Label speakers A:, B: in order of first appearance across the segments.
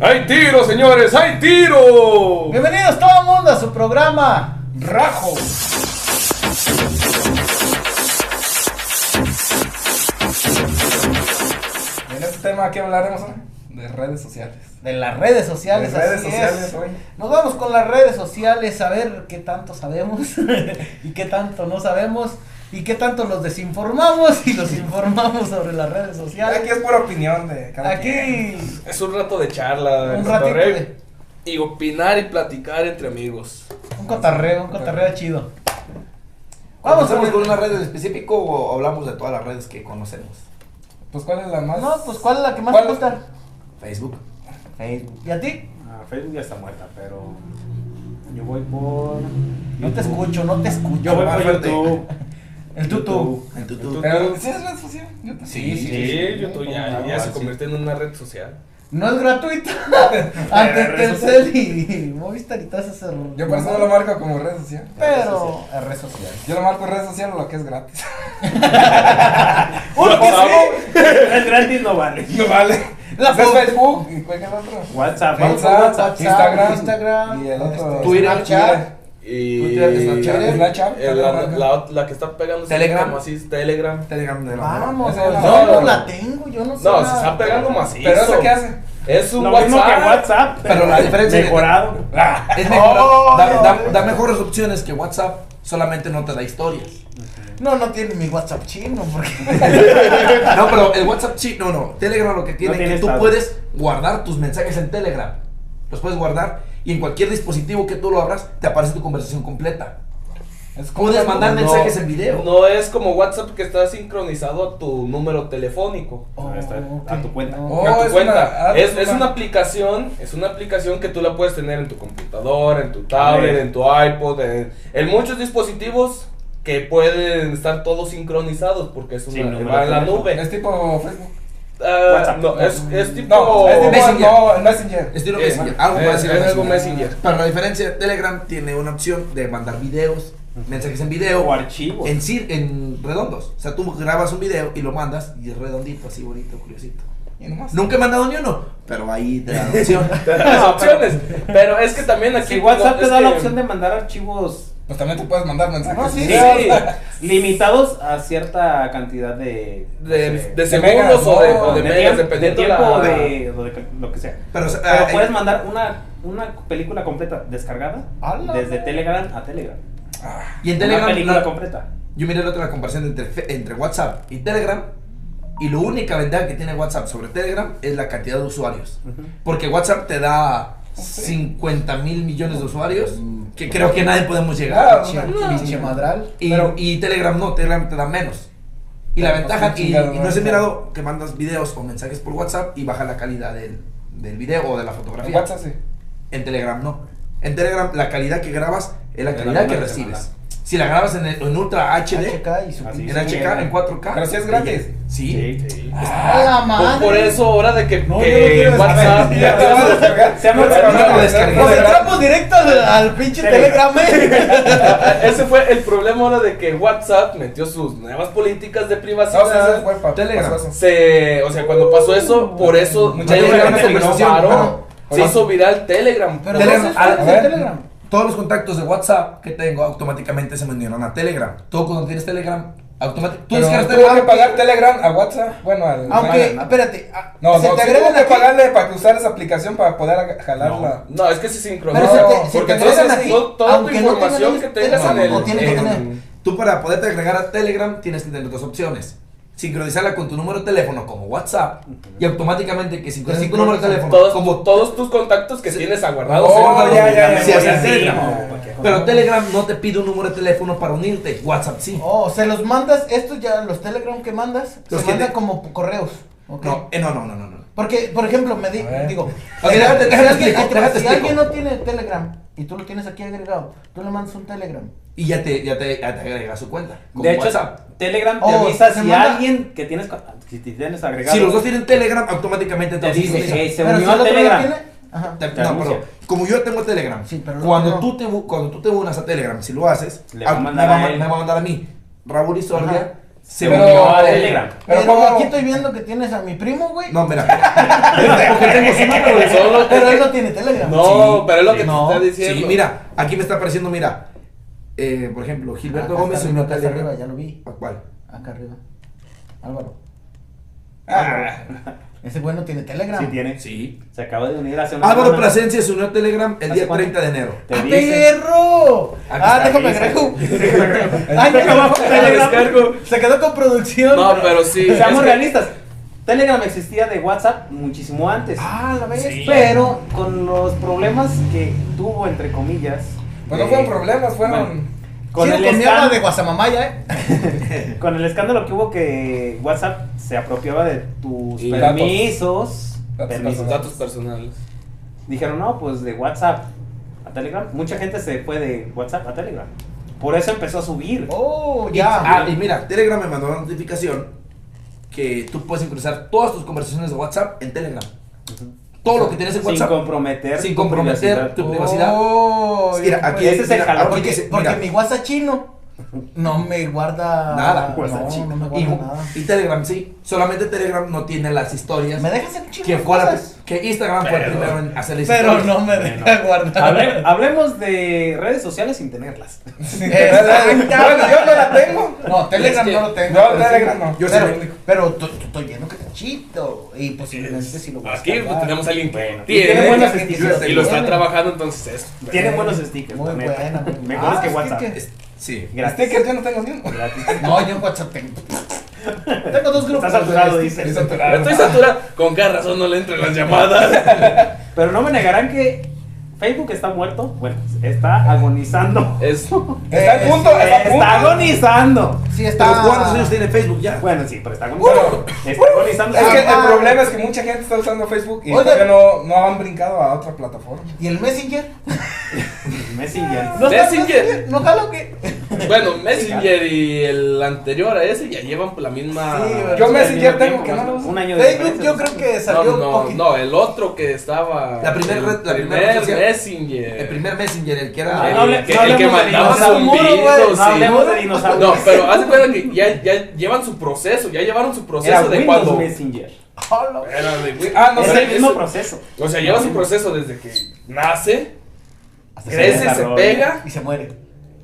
A: ¡Hay tiro, señores! ¡Hay tiro!
B: Bienvenidos todo el mundo a su programa Rajo.
C: En este tema, ¿qué hablaremos hoy? De redes sociales.
B: De las redes sociales.
C: De redes
B: así
C: sociales
B: es.
C: hoy.
B: Nos vamos con las redes sociales a ver qué tanto sabemos y qué tanto no sabemos y qué tanto los desinformamos y los informamos sobre las redes
C: Aquí
B: sociales.
C: es pura opinión de cada quien.
B: Aquí
A: Es un rato de charla, de
B: un ratito
A: cotorreo
B: de-
A: y opinar y platicar entre amigos.
B: un cotarreo, un cotarreo chido. Vamos
D: Vamos
B: con
D: con una red en específico o hablamos de todas las redes que conocemos?
C: Pues, ¿cuál es la más?
B: No, pues ¿cuál es la que más te
C: ¿Cuál?
B: gusta?
D: Facebook.
B: Facebook. ¿Y a ti?
E: Ah, Facebook ya está muerta, pero yo voy
B: No
E: por.
B: te
E: YouTube.
B: escucho, no te escucho.
E: Yo voy por
D: Fuerte.
E: YouTube.
B: El tutu.
D: En tu, tu-
C: Pero, ¿sí es red social? Yo te-
D: Sí, sí,
A: Sí, YouTube ya,
C: Ah,
A: ya se
C: sí.
A: convirtió en una red social.
B: No es gratuita. Antes
E: Pero
B: Telcel y, y Movistar y todas esas.
C: Yo por eso no lo marco como red social.
B: Pero. A redes sociales.
C: Yo lo marco red social o lo que es gratis.
B: ¡Uno que sí!
E: El gratis no vale.
C: No vale.
B: La
C: Pues es
B: foto.
C: Facebook y cuál es el otro.
E: WhatsApp.
B: Facebook,
E: vamos a-
B: WhatsApp,
C: Instagram,
B: Instagram,
C: y el otro.
B: este,
A: Twitter,
B: Snapchat.
A: Y
D: Twitter, Snapchat,
C: Snapchat,
A: eh, la,
C: Telegram.
A: la- la que está pegando
D: Telegram.
A: como así, Telegram.
D: Telegram de la
B: Vamos,
C: Esa
B: yo
C: es la
B: no,
A: otra.
B: la tengo, yo no sé.
A: No, se
B: nada.
A: está pegando macizo.
C: Pero eso qué hace?
A: Es un
E: Lo
A: WhatsApp.
E: mismo que WhatsApp, pero,
D: Pero la diferencia-
E: mejorado.
D: Es mejor,
B: Oh,
D: da,
B: no.
D: da- da mejores opciones que WhatsApp, solamente no te da historias.
B: No, no tiene mi WhatsApp chino, porque.
D: No, pero el WhatsApp sí, no, no. Telegram lo que tiene
E: No
D: es que
E: tiene
D: tú
E: estado.
D: puedes guardar tus mensajes en Telegram. Los puedes guardar y en cualquier dispositivo que tú lo abras te aparece tu conversación completa.
C: Es como
D: Puedes
C: Facebook.
D: mandar mensajes en video.
A: No es como WhatsApp que está sincronizado a tu número telefónico.
E: Ahí está,
B: ok.
E: a tu cuenta.
B: No.
C: Oh,
A: a tu
C: es
A: cuenta.
C: una-
A: es,
C: ah,
A: es
C: una-
A: una aplicación, es una aplicación que tú la puedes tener en tu computadora, en tu tablet,
E: También.
A: en tu iPod, en, en muchos dispositivos que pueden estar todos sincronizados porque es
E: Sí,
A: una,
E: número
A: va en la
E: de teléfono.
A: nube.
C: Es tipo Facebook.
A: Ah,
E: WhatsApp.
A: no, es, es tipo
C: No, es tipo
D: Messenger.
C: No, Messenger.
D: Estilo
A: Eh,
D: Messenger, algo
A: eh,
D: parecido a
A: es
D: Messenger.
A: algo Messenger.
D: Pero la diferencia, Telegram tiene una opción de mandar videos, mensajes en video,
E: O archivos.
D: en, cir- en redondos. O sea, tú grabas un video y lo mandas y es redondito, así bonito, curiosito.
C: Y nomás.
D: Nunca he mandado ni uno, pero ahí te da la opción.
A: Te da las opciones. Pero es que también aquí.
E: Si WhatsApp
A: no,
E: te
A: es
E: da la
A: que-
E: opción de mandar archivos
C: Pues también te puedes mandar mensajes.
E: No, sí,
A: Sí,
C: videos.
A: sí,
E: limitados a cierta cantidad de. no
A: De,
E: sé,
A: de segundos
C: megas,
A: o de,
C: ¿no?
A: o de megas,
E: tiempo-
A: dependiendo
E: de tiempo,
A: la-
E: de, o de ca- lo que sea.
D: Pero, o sea,
E: Pero
D: ah,
E: puedes
D: eh,
E: mandar una, una película completa descargada
B: ¡Hala!
E: desde Telegram a Telegram.
D: y en
E: una
D: Telegram,
E: película
D: la-
E: completa.
D: yo miré la otra comparación entre, Fe- entre WhatsApp y Telegram. Y la única ventaja que tiene WhatsApp sobre Telegram es la cantidad de usuarios. Porque WhatsApp te da 50 mil millones de usuarios, que creo que nadie podemos llegar.
C: Claro.
B: Pinche- Pinche madral.
D: Y,
C: Pero-
D: y Telegram no, Telegram te da menos. Y la
C: Pero,
D: ventaja,
C: pues,
D: y,
C: chingado,
D: y no se
C: ¿no?
D: ha mirado que mandas videos o mensajes por WhatsApp y baja la calidad del, del video o de la
C: En
D: fotografía.
C: WhatsApp sí.
D: En Telegram no. En Telegram la calidad que grabas es la
E: Es la
D: calidad que
E: misma que se
D: recibes.
E: manda.
D: Si la grabas en, el- en Ultra HD,
B: HK y su
E: Así
B: pinche-
D: en
E: Sí,
D: HK, en 4K.
C: Pero si es gratis.
D: Sí.
E: Sí.
B: ¡A la
A: Por,
B: Ah, madre!
A: por eso, ahora de que,
B: No,
A: que
B: yo no quiero
A: WhatsApp.
B: saber.
A: ya
C: Ya te vas a
A: te-
C: descargar.
E: Se llama-
C: Ya te vas a
D: No,
C: descargar.
D: descargué.
B: Nos entramos directo al, al pinche Telegram.
E: Telegram.
B: ¿eh?
A: Ese fue el problema ahora de que WhatsApp metió sus nuevas políticas de
C: No, sí, sí,
A: privacidad.
C: fue pa-
D: Telegram.
C: pasó eso.
A: se, o sea, cuando pasó eso, por eso
D: Mucha
A: Telegram
D: gente
A: se
D: terminó
A: paró.
D: parado.
A: Se hizo viral Telegram.
B: Pero
D: Telegram,
B: ¿no haces
D: a-
B: cuentas
C: a
B: en
C: ver.
B: Telegram.
D: Todos los contactos de WhatsApp que tengo automáticamente se me unieron a Telegram. Todo cuando tienes Telegram, automáticamente. Tú
C: Pero
D: descargas
C: tuvo que
D: Telegram.
C: pagar Telegram a WhatsApp. Bueno, al.
B: Aunque,
C: bueno,
B: espérate, ah,
C: No,
B: se
C: no,
B: te
C: sí
B: agregan
C: tuvo que
B: aquí-
C: pagarle para que usar esa aplicación para poder ag- jalarla.
A: No, es que se
B: Pero
A: sincronizó.
B: se te,
C: No,
B: se te
A: porque
B: agregan
A: entonces
B: aquí.
A: to- toda tu
B: aunque no tengan
A: información
B: ellos
A: que tengas en
B: Telegram,
A: el.
B: lo tienen que
A: en-
B: tener.
D: Tú para poderte agregar a Telegram tienes que tener dos opciones. Sincronizarla con tu número de teléfono como WhatsApp y automáticamente que sincronices tu número de teléfono
A: todos,
D: como
A: todos tus contactos que
D: Sí.
A: tienes aguardados.
C: Oh,
A: en una
C: ya,
A: nube.
C: ya, ya,
D: Sí,
C: ya,
D: así
C: ya,
D: es
C: sí,
D: Telegram.
C: no,
E: ¿para qué?
D: Pero Telegram no te pide un número de teléfono para unirte, WhatsApp sí.
B: Oh, se los mandas, estos ya, los Telegram que mandas,
D: Los
B: se
D: que
B: mandan
D: te-
B: como correos. ¿ok?
D: No, eh, no, no, no, no, no.
B: Porque, por ejemplo, me di-
C: A ver.
B: digo,
D: Ok,
B: si
D: déjate- déjate
B: alguien-
D: explico,
B: si
D: déjate explico.
B: alguien no tiene Telegram y tú lo tienes aquí agregado, tú le mandas un Telegram.
D: Y ya te, ya te, ya te agrega su cuenta. Como
E: De hecho,
D: WhatsApp.
E: Telegram te
B: Oh,
E: avisa
B: se
E: si
B: manda-
E: alguien que tienes, co- si te tienes agregado.
D: Si los dos tienen Telegram, automáticamente te
E: te dice,
D: sincronizan.
E: "Ey, se
B: Pero si
E: unió
B: el
E: a
B: otro no
E: Telegram.
B: tiene, ajá.
D: Te-
E: Te
D: no,
E: anuncia.
D: pero como yo tengo Telegram,
B: Sí, pero no,
D: cuando,
B: no.
D: Tú te, bu- cuando tú te unas a Telegram, si lo haces, ah,
E: Le va a
D: me
E: mandar
D: va
E: a
D: ma-
E: él.
D: me va a mandar a mí. Raúl y
B: Ajá.
D: Soria se
C: Pero-
D: unió
C: No,
D: a
C: el-
D: Telegram.
C: Pero
B: Pero,
C: ¿cómo?
B: aquí estoy viendo que tienes a mi primo, güey.
D: No, mira.
A: Porque tengo cinco, pero solo.
B: Pero él no tiene Telegram.
A: No,
D: Sí,
A: pero es lo que
B: no. Ah,
A: te está diciendo.
D: Sí, mira, aquí me está apareciendo, mira. eh, por ejemplo, Gilberto
B: Ah, Acá
D: Gómez
B: está
D: se unió a
B: arriba, acá arriba,
D: Telegram.
B: ya lo vi.
D: ¿A cuál?
B: Acá arriba. Álvaro.
C: Ah,
B: Ese güey no tiene Telegram.
E: Sí tiene.
D: Sí. Ah,
E: Se acaba de unir hace una
D: Álvaro
E: semana.
D: Plasencia se unió a Telegram el
E: ¿Hace
D: día
E: cuánto?
D: 30 de enero.
E: Te
B: ¡Ah,
E: dice.
B: perro! Ah,
E: está,
B: déjame
E: dice.
B: agrego. Ay, no,
A: Te descargo.
B: Se quedó con producción.
A: No, pero sí. es
E: Seamos
A: que-
E: realistas. Telegram existía de WhatsApp muchísimo antes.
B: Ah, la ves.
E: Pero con los problemas que tuvo, entre comillas.
C: Pues no
E: de-
C: fueron problemas, fueron.
E: Con
B: Sigo con
E: el,
B: mi alma
E: escándalo,
B: de Guasamamaya, eh.
E: con el escándalo que hubo que WhatsApp se apropiaba de tus
A: Y
C: datos.
E: permisos.
C: Datos
E: permisos.
A: Mis datos personales.
E: Dijeron, no, pues de WhatsApp a Telegram. Mucha gente se fue de WhatsApp a Telegram. Por eso empezó a subir.
B: Oh,
D: Ah,
B: ya.
D: y mira, Telegram me mandó una notificación que tú puedes sincronizar todas tus conversaciones de WhatsApp en Telegram. Todo lo que tienes en
E: Sin
D: WhatsApp.
E: comprometer.
D: sin
E: tu
D: comprometer
E: privacidad.
D: tu privacidad.
B: Oh,
D: Mira,
B: ya,
D: aquí
B: pues,
E: ese es el
D: mira,
E: jalón,
D: aquí
B: Porque,
D: dice,
B: porque
D: mira,
B: mi WhatsApp chino no me guarda
D: Nada,
B: no,
E: WhatsApp
B: no me
D: y,
B: guarda nada.
D: y Telegram sí. Solamente Telegram no tiene las historias.
B: Me dejas hacer un chingo
D: que,
B: de
D: fue la-
B: cosas,
D: que Instagram fue el primero en hacer las
B: pero
D: historias.
B: no me deja guardar.
E: Hable- hablemos de redes sociales sin tenerlas.
B: Este,
C: Bueno, yo no la tengo.
B: No, Telegram
A: Es que-
B: no lo tengo.
C: No,
B: pero sí-
C: Telegram no.
D: Yo
B: pero,
D: soy el único.
B: pero tú- tú estoy viendo que está chido. Y posiblemente si lo voy a
A: Aquí pues,
B: descargar.
A: tenemos a alguien que
E: Bueno, y
A: tiene
E: tiene buenas
A: y
E: estilos.
A: lo está
B: Tiene.
A: trabajando, entonces es-
E: Tiene buenos stickers.
B: Muy
E: la neta.
B: buena, muy buena.
E: Mejores
B: Ah,
E: que
B: es que-
E: WhatsApp.
B: que-
D: Sí.
E: Gratis.
C: Stickers yo no tengo ni uno.
E: Gratis.
B: No, yo en WhatsApp tengo. Tengo dos grupos.
E: Está saturado,
B: de-
E: dice.
A: Pero Estoy saturado. Con cada razón no le entran las llamadas.
E: Pero no me negarán que Facebook está muerto. Bueno, está agonizando.
A: Es,
C: Está en punto, está en
E: Está
C: punto.
E: agonizando.
B: Sí, está.
D: Pero ¿cuántos años tiene Facebook ya?
E: Bueno, sí, pero está agonizando. Está agonizando.
C: Es que
B: Ah.
C: el problema es que mucha gente está usando Facebook y
B: Oigan.
C: todavía no, no han brincado a otra plataforma.
B: ¿Y el Messenger?
E: Messi ya.
B: ¿No está el
A: Messenger.
B: ¿No jalo que?
A: bueno, Messenger y el anterior a ese ya llevan la misma.
B: Sí, güey.
C: Yo
E: Sí,
C: Messi
E: al
C: ya
E: mismo
C: tengo
E: tiempo,
C: que no
E: más
C: lo
E: o menos
C: uso.
E: Un año de
B: Facebook yo
E: diferencia.
B: creo que
A: no,
B: salió un
A: no,
B: poquito.
A: no, el otro que estaba.
D: La primer
A: el
D: red- la primer
A: primer
D: red social.
A: Messenger.
D: El primer Messenger, el que
E: No,
B: Ah,
D: era.
A: El
E: no hable-
A: que-
E: no
A: el que
E: hablemos de
A: mandaba
E: dinosaurios.
A: zumbidos,
E: No
A: sí.
E: hablemos de dinosaurios.
A: No, pero haz de cuenta que ya, ya llevan su proceso, ya llevaron su proceso
E: Era
A: de
E: Windows
A: cuando.
E: Messenger.
B: Jalo.
A: Era de Win-
C: Ah, no
E: es
A: Era-
E: el mismo
A: ese-
E: proceso.
A: O sea, lleva su proceso desde que nace,
B: Hasta se
A: crece, se
E: desarrolla.
A: pega
B: Y se muere.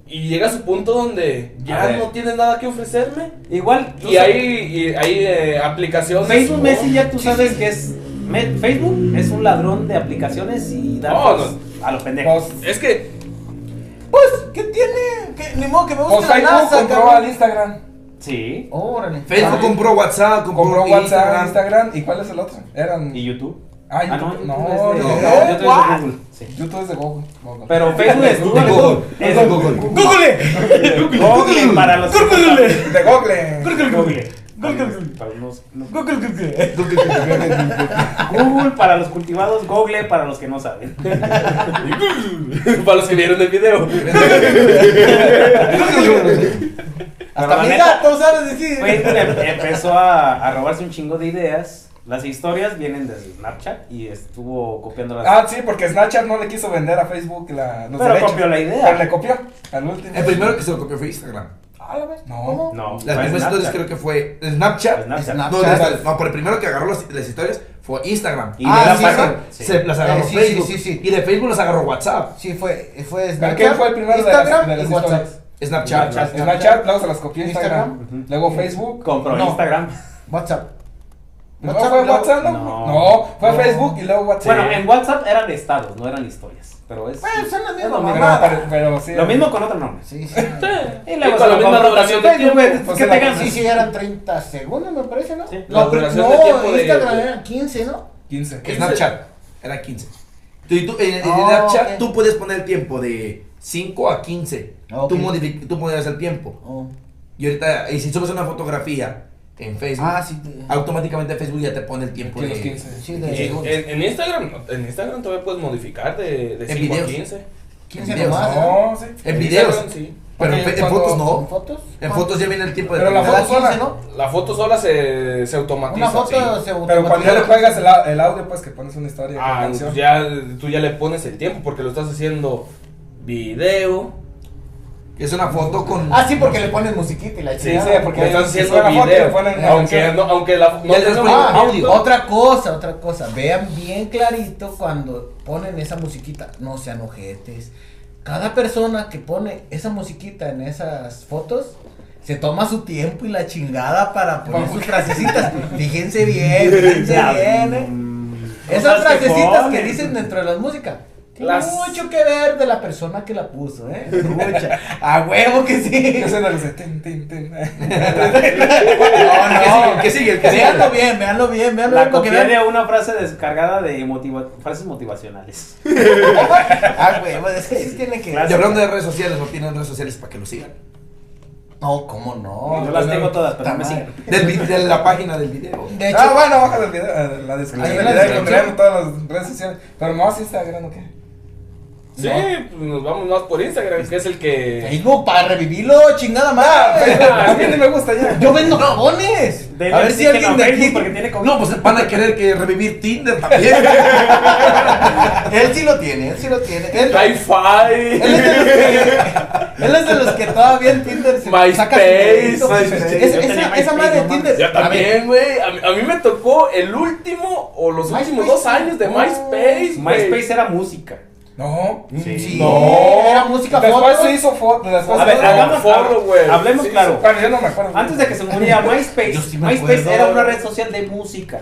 A: y llega a su punto donde
E: A
A: ya
E: ver.
A: no tiene nada que ofrecerme.
E: Igual. tú
A: Y
E: sabes-
A: hay, y hay eh, aplicaciones.
E: Facebook
A: ¿no?
E: Messenger, tú sabes que es. Me- Facebook es un ladrón de aplicaciones y datos a los pendejos.
C: Pues,
A: Es que
B: Pues, ¿qué tiene? ¿Qué- Ni modo que me
C: pues
B: guste la
C: Facebook
B: NASA,
C: compró al
B: cabrón.
C: Instagram.
E: Sí.
B: Órale.
D: Facebook
B: Ah,
D: compró WhatsApp, compró,
C: Compró WhatsApp,
D: Instagram.
C: Instagram. ¿Y cuál es el otro? Eran.
E: Y YouTube.
C: Ah,
E: Ah,
C: YouTube.
E: no,
C: No,
E: YouTube es de-
C: no,
E: no,
C: no.
E: YouTube es de Google. Sí.
C: YouTube es de Google. Google.
E: Pero Facebook es Google.
D: De Google.
E: Es
D: De Google.
E: Google. Google para los. Google.
C: De Google.
E: Google.
B: Google.
E: Para unos- no.
B: Google, Google.
E: Google para los cultivados, Google para los que no saben.
A: para los que vieron el video.
E: Pero
B: Hasta
E: la
B: mi
E: neta-
B: gato, ¿sabes decir?
E: Facebook em- empezó a, a robarse un chingo de ideas. Las historias vienen de Snapchat y estuvo copiando las.
C: Ah, sí, porque Snapchat no le quiso vender a Facebook la, los
E: pero
C: derechos.
E: copió la idea.
C: Pero le copió al último.
D: El primero que se lo copió fue Instagram.
B: Ah, la vez.
C: No.
B: ¿Cómo?
E: No,
D: Las
E: fue
D: primeras historias
E: Snapchat.
D: creo que fue Snapchat.
E: Fue Snapchat.
D: No,
B: Snapchat.
D: las- no, pero el primero que agarró las, las historias fue Instagram.
E: Y
D: Y
E: de
B: Ah,
E: la
B: sí,
E: parte-
B: sí.
E: sí.
D: se las agarró
B: Eh, sí,
D: Facebook.
B: sí, sí, sí.
D: Y de Facebook las agarró WhatsApp.
B: Sí, fue, fue
C: ¿Pero
B: Snapchat.
C: quién fue el primero de las-
B: Instagram
C: de las,
B: y WhatsApp.
C: historias?
D: Snapchat.
E: Snapchat.
C: Snapchat, luego se las copió Instagram.
E: Instagram.
C: Luego Facebook.
E: Compró
B: No.
E: Instagram.
B: WhatsApp.
C: Luego fue
B: luego-
C: WhatsApp, ¿no?
E: No.
C: No, fue Facebook y luego WhatsApp.
E: Bueno, en WhatsApp eran estados, no eran historias. Pero es.
B: Bueno, Pues, son las
E: es
B: mismas
E: lo mismo.
C: pero, pero, pero sí.
E: Lo mismo con otro nombre.
B: Sí, Pues sí.
E: Y
A: Y
E: luego
A: con
E: se
A: la
E: lo
A: misma
E: compró
A: duración de
E: Facebook,
A: tiempo.
E: pues,
C: Pues
E: que
C: se la-
E: tengan-
B: Sí, sí, eran 30 segundos, me parece, ¿no?
E: Sí.
A: La
B: No, pero-
A: duración de tiempo
B: no,
A: de-
B: Instagram eran 15, ¿no?
C: 15.
A: ¿Qué?
D: Snapchat. Era 15. Tú- y tú- en, en
B: Oh,
D: Snapchat
B: ok.
D: tú puedes poner el tiempo de 5 a 15.
B: Ah, ok.
D: Tú, modific- tú podías el tiempo.
B: Oh.
D: Y ahorita, y si subes una fotografía en Facebook,
B: Ah, sí. te-
D: automáticamente Facebook ya te pone el tiempo
C: Sí,
D: de
C: los 15.
B: Sí,
A: Y
B: de
A: En, en Instagram, no, en Instagram todavía puedes modificar de, de
D: En
A: 5 a
D: videos.
A: 15.
B: 15
D: videos,
B: nomás. ¿eh? ¿no?
C: No, Ah, sí.
D: En videos.
A: Instagram, sí.
D: Pero en,
C: Porque
D: fe- en
C: cuando-
D: fotos
B: ¿Con
D: no.
B: fotos?
D: En fotos ya viene el tiempo de
C: Pero la
B: ¿Te da
C: foto sola.
B: 15, ¿no?
A: La foto sola se, se automatiza.
B: Una foto
A: sí.
B: se
C: Pero cuando ya le
B: automatiza.
C: juegas el, au- el audio, pues que pones una historia. una
A: Ah,
C: canción.
A: pues ya, tú ya le pones el tiempo porque lo estás haciendo video,
D: Es una foto con.
F: Ah, sí, porque le ponen musiquita y la
A: Sí,
F: chingada.
A: sí, porque
C: Le
A: están
C: están
A: haciendo
C: haciendo la foto y le
A: video.
C: ponen una
A: aunque,
C: canción.
A: no, aunque la no
D: Y el
A: tenga
D: después-
A: un
D: ah,
A: audio.
B: Otra cosa, otra cosa. Vean bien clarito cuando ponen esa musiquita. No sean ojetes. Cada persona que pone esa musiquita en esas fotos. Se toma su tiempo y la chingada para poner sus frasecitas. Fíjense bien, fíjense bien, eh.
E: mm,
B: Esas frasecitas que dicen dentro de la música. Tiene
A: Las-
B: mucho que ver de la persona que la puso, ¿eh? Mucha. A huevo que sí.
C: Yo soy de los de tin, tin, tin.
B: No, no.
D: ¿Qué sigue? ¿Qué sigue?
B: Veanlo bien, veanlo bien, veanlo
E: La
B: bien. Porque
E: copié
B: vean.
E: de una frase descargada de motiva- frases motivacionales.
B: A huevo, es que sí tiene que.
D: Y hablando de redes sociales, no tienen redes sociales para que lo sigan.
B: No, ¿cómo no?
E: Yo las tengo todas, pero no me
B: Puta
E: siguen.
D: Del vi- de la página del video.
B: De hecho,
C: Ah, bueno, bajas el video, eh, la descripción
B: Ahí
C: del
B: la
C: video,
B: descripción.
C: encontrarán en todas las redes sociales. Pero más Instagram, ¿o qué?
A: Sí, pues nos vamos más por Instagram, que es el que.
B: Facebook para revivirlo, chingada madre.
C: A mí ni me gusta ya.
B: Yo vendo jabones.
E: Dele
B: A ver si
E: click en
B: alguien Ah, de
E: la Facebook Porque
B: aquí.
E: tiene COVID.
D: No, pues van a querer que revivir Tinder también.
B: Él sí lo tiene, él sí lo tiene. Él, él es
A: Hi-Fi.
B: de los que, él es de los que todavía en Tinder se
A: MySpace.
B: saca su dedito.
E: MySpace.
B: Es-
E: Yo tenía
B: esa, esa
E: MySpace,
B: madre de
E: no mames.
B: Tinder.
A: Ya
B: A ver,
A: también, güey. A, mí- a mí me tocó el último o los últimos
B: MySpace. Oh,
A: dos años de MySpace. güey.
E: MySpace era música.
C: No.
E: Sí.
B: Sí,
A: No.
B: era música
C: Después
B: foto.
C: se hizo foto. Después
E: A
C: se
E: ver,
C: hizo-
E: hagamos
A: follow, güey.
E: Hablemos
C: Sí,
E: claro.
C: Pero yo no me acuerdo.
E: Antes de que se muriera MySpace,
D: Yo sí me
E: MySpace
D: acuerdo.
E: era una red social de música.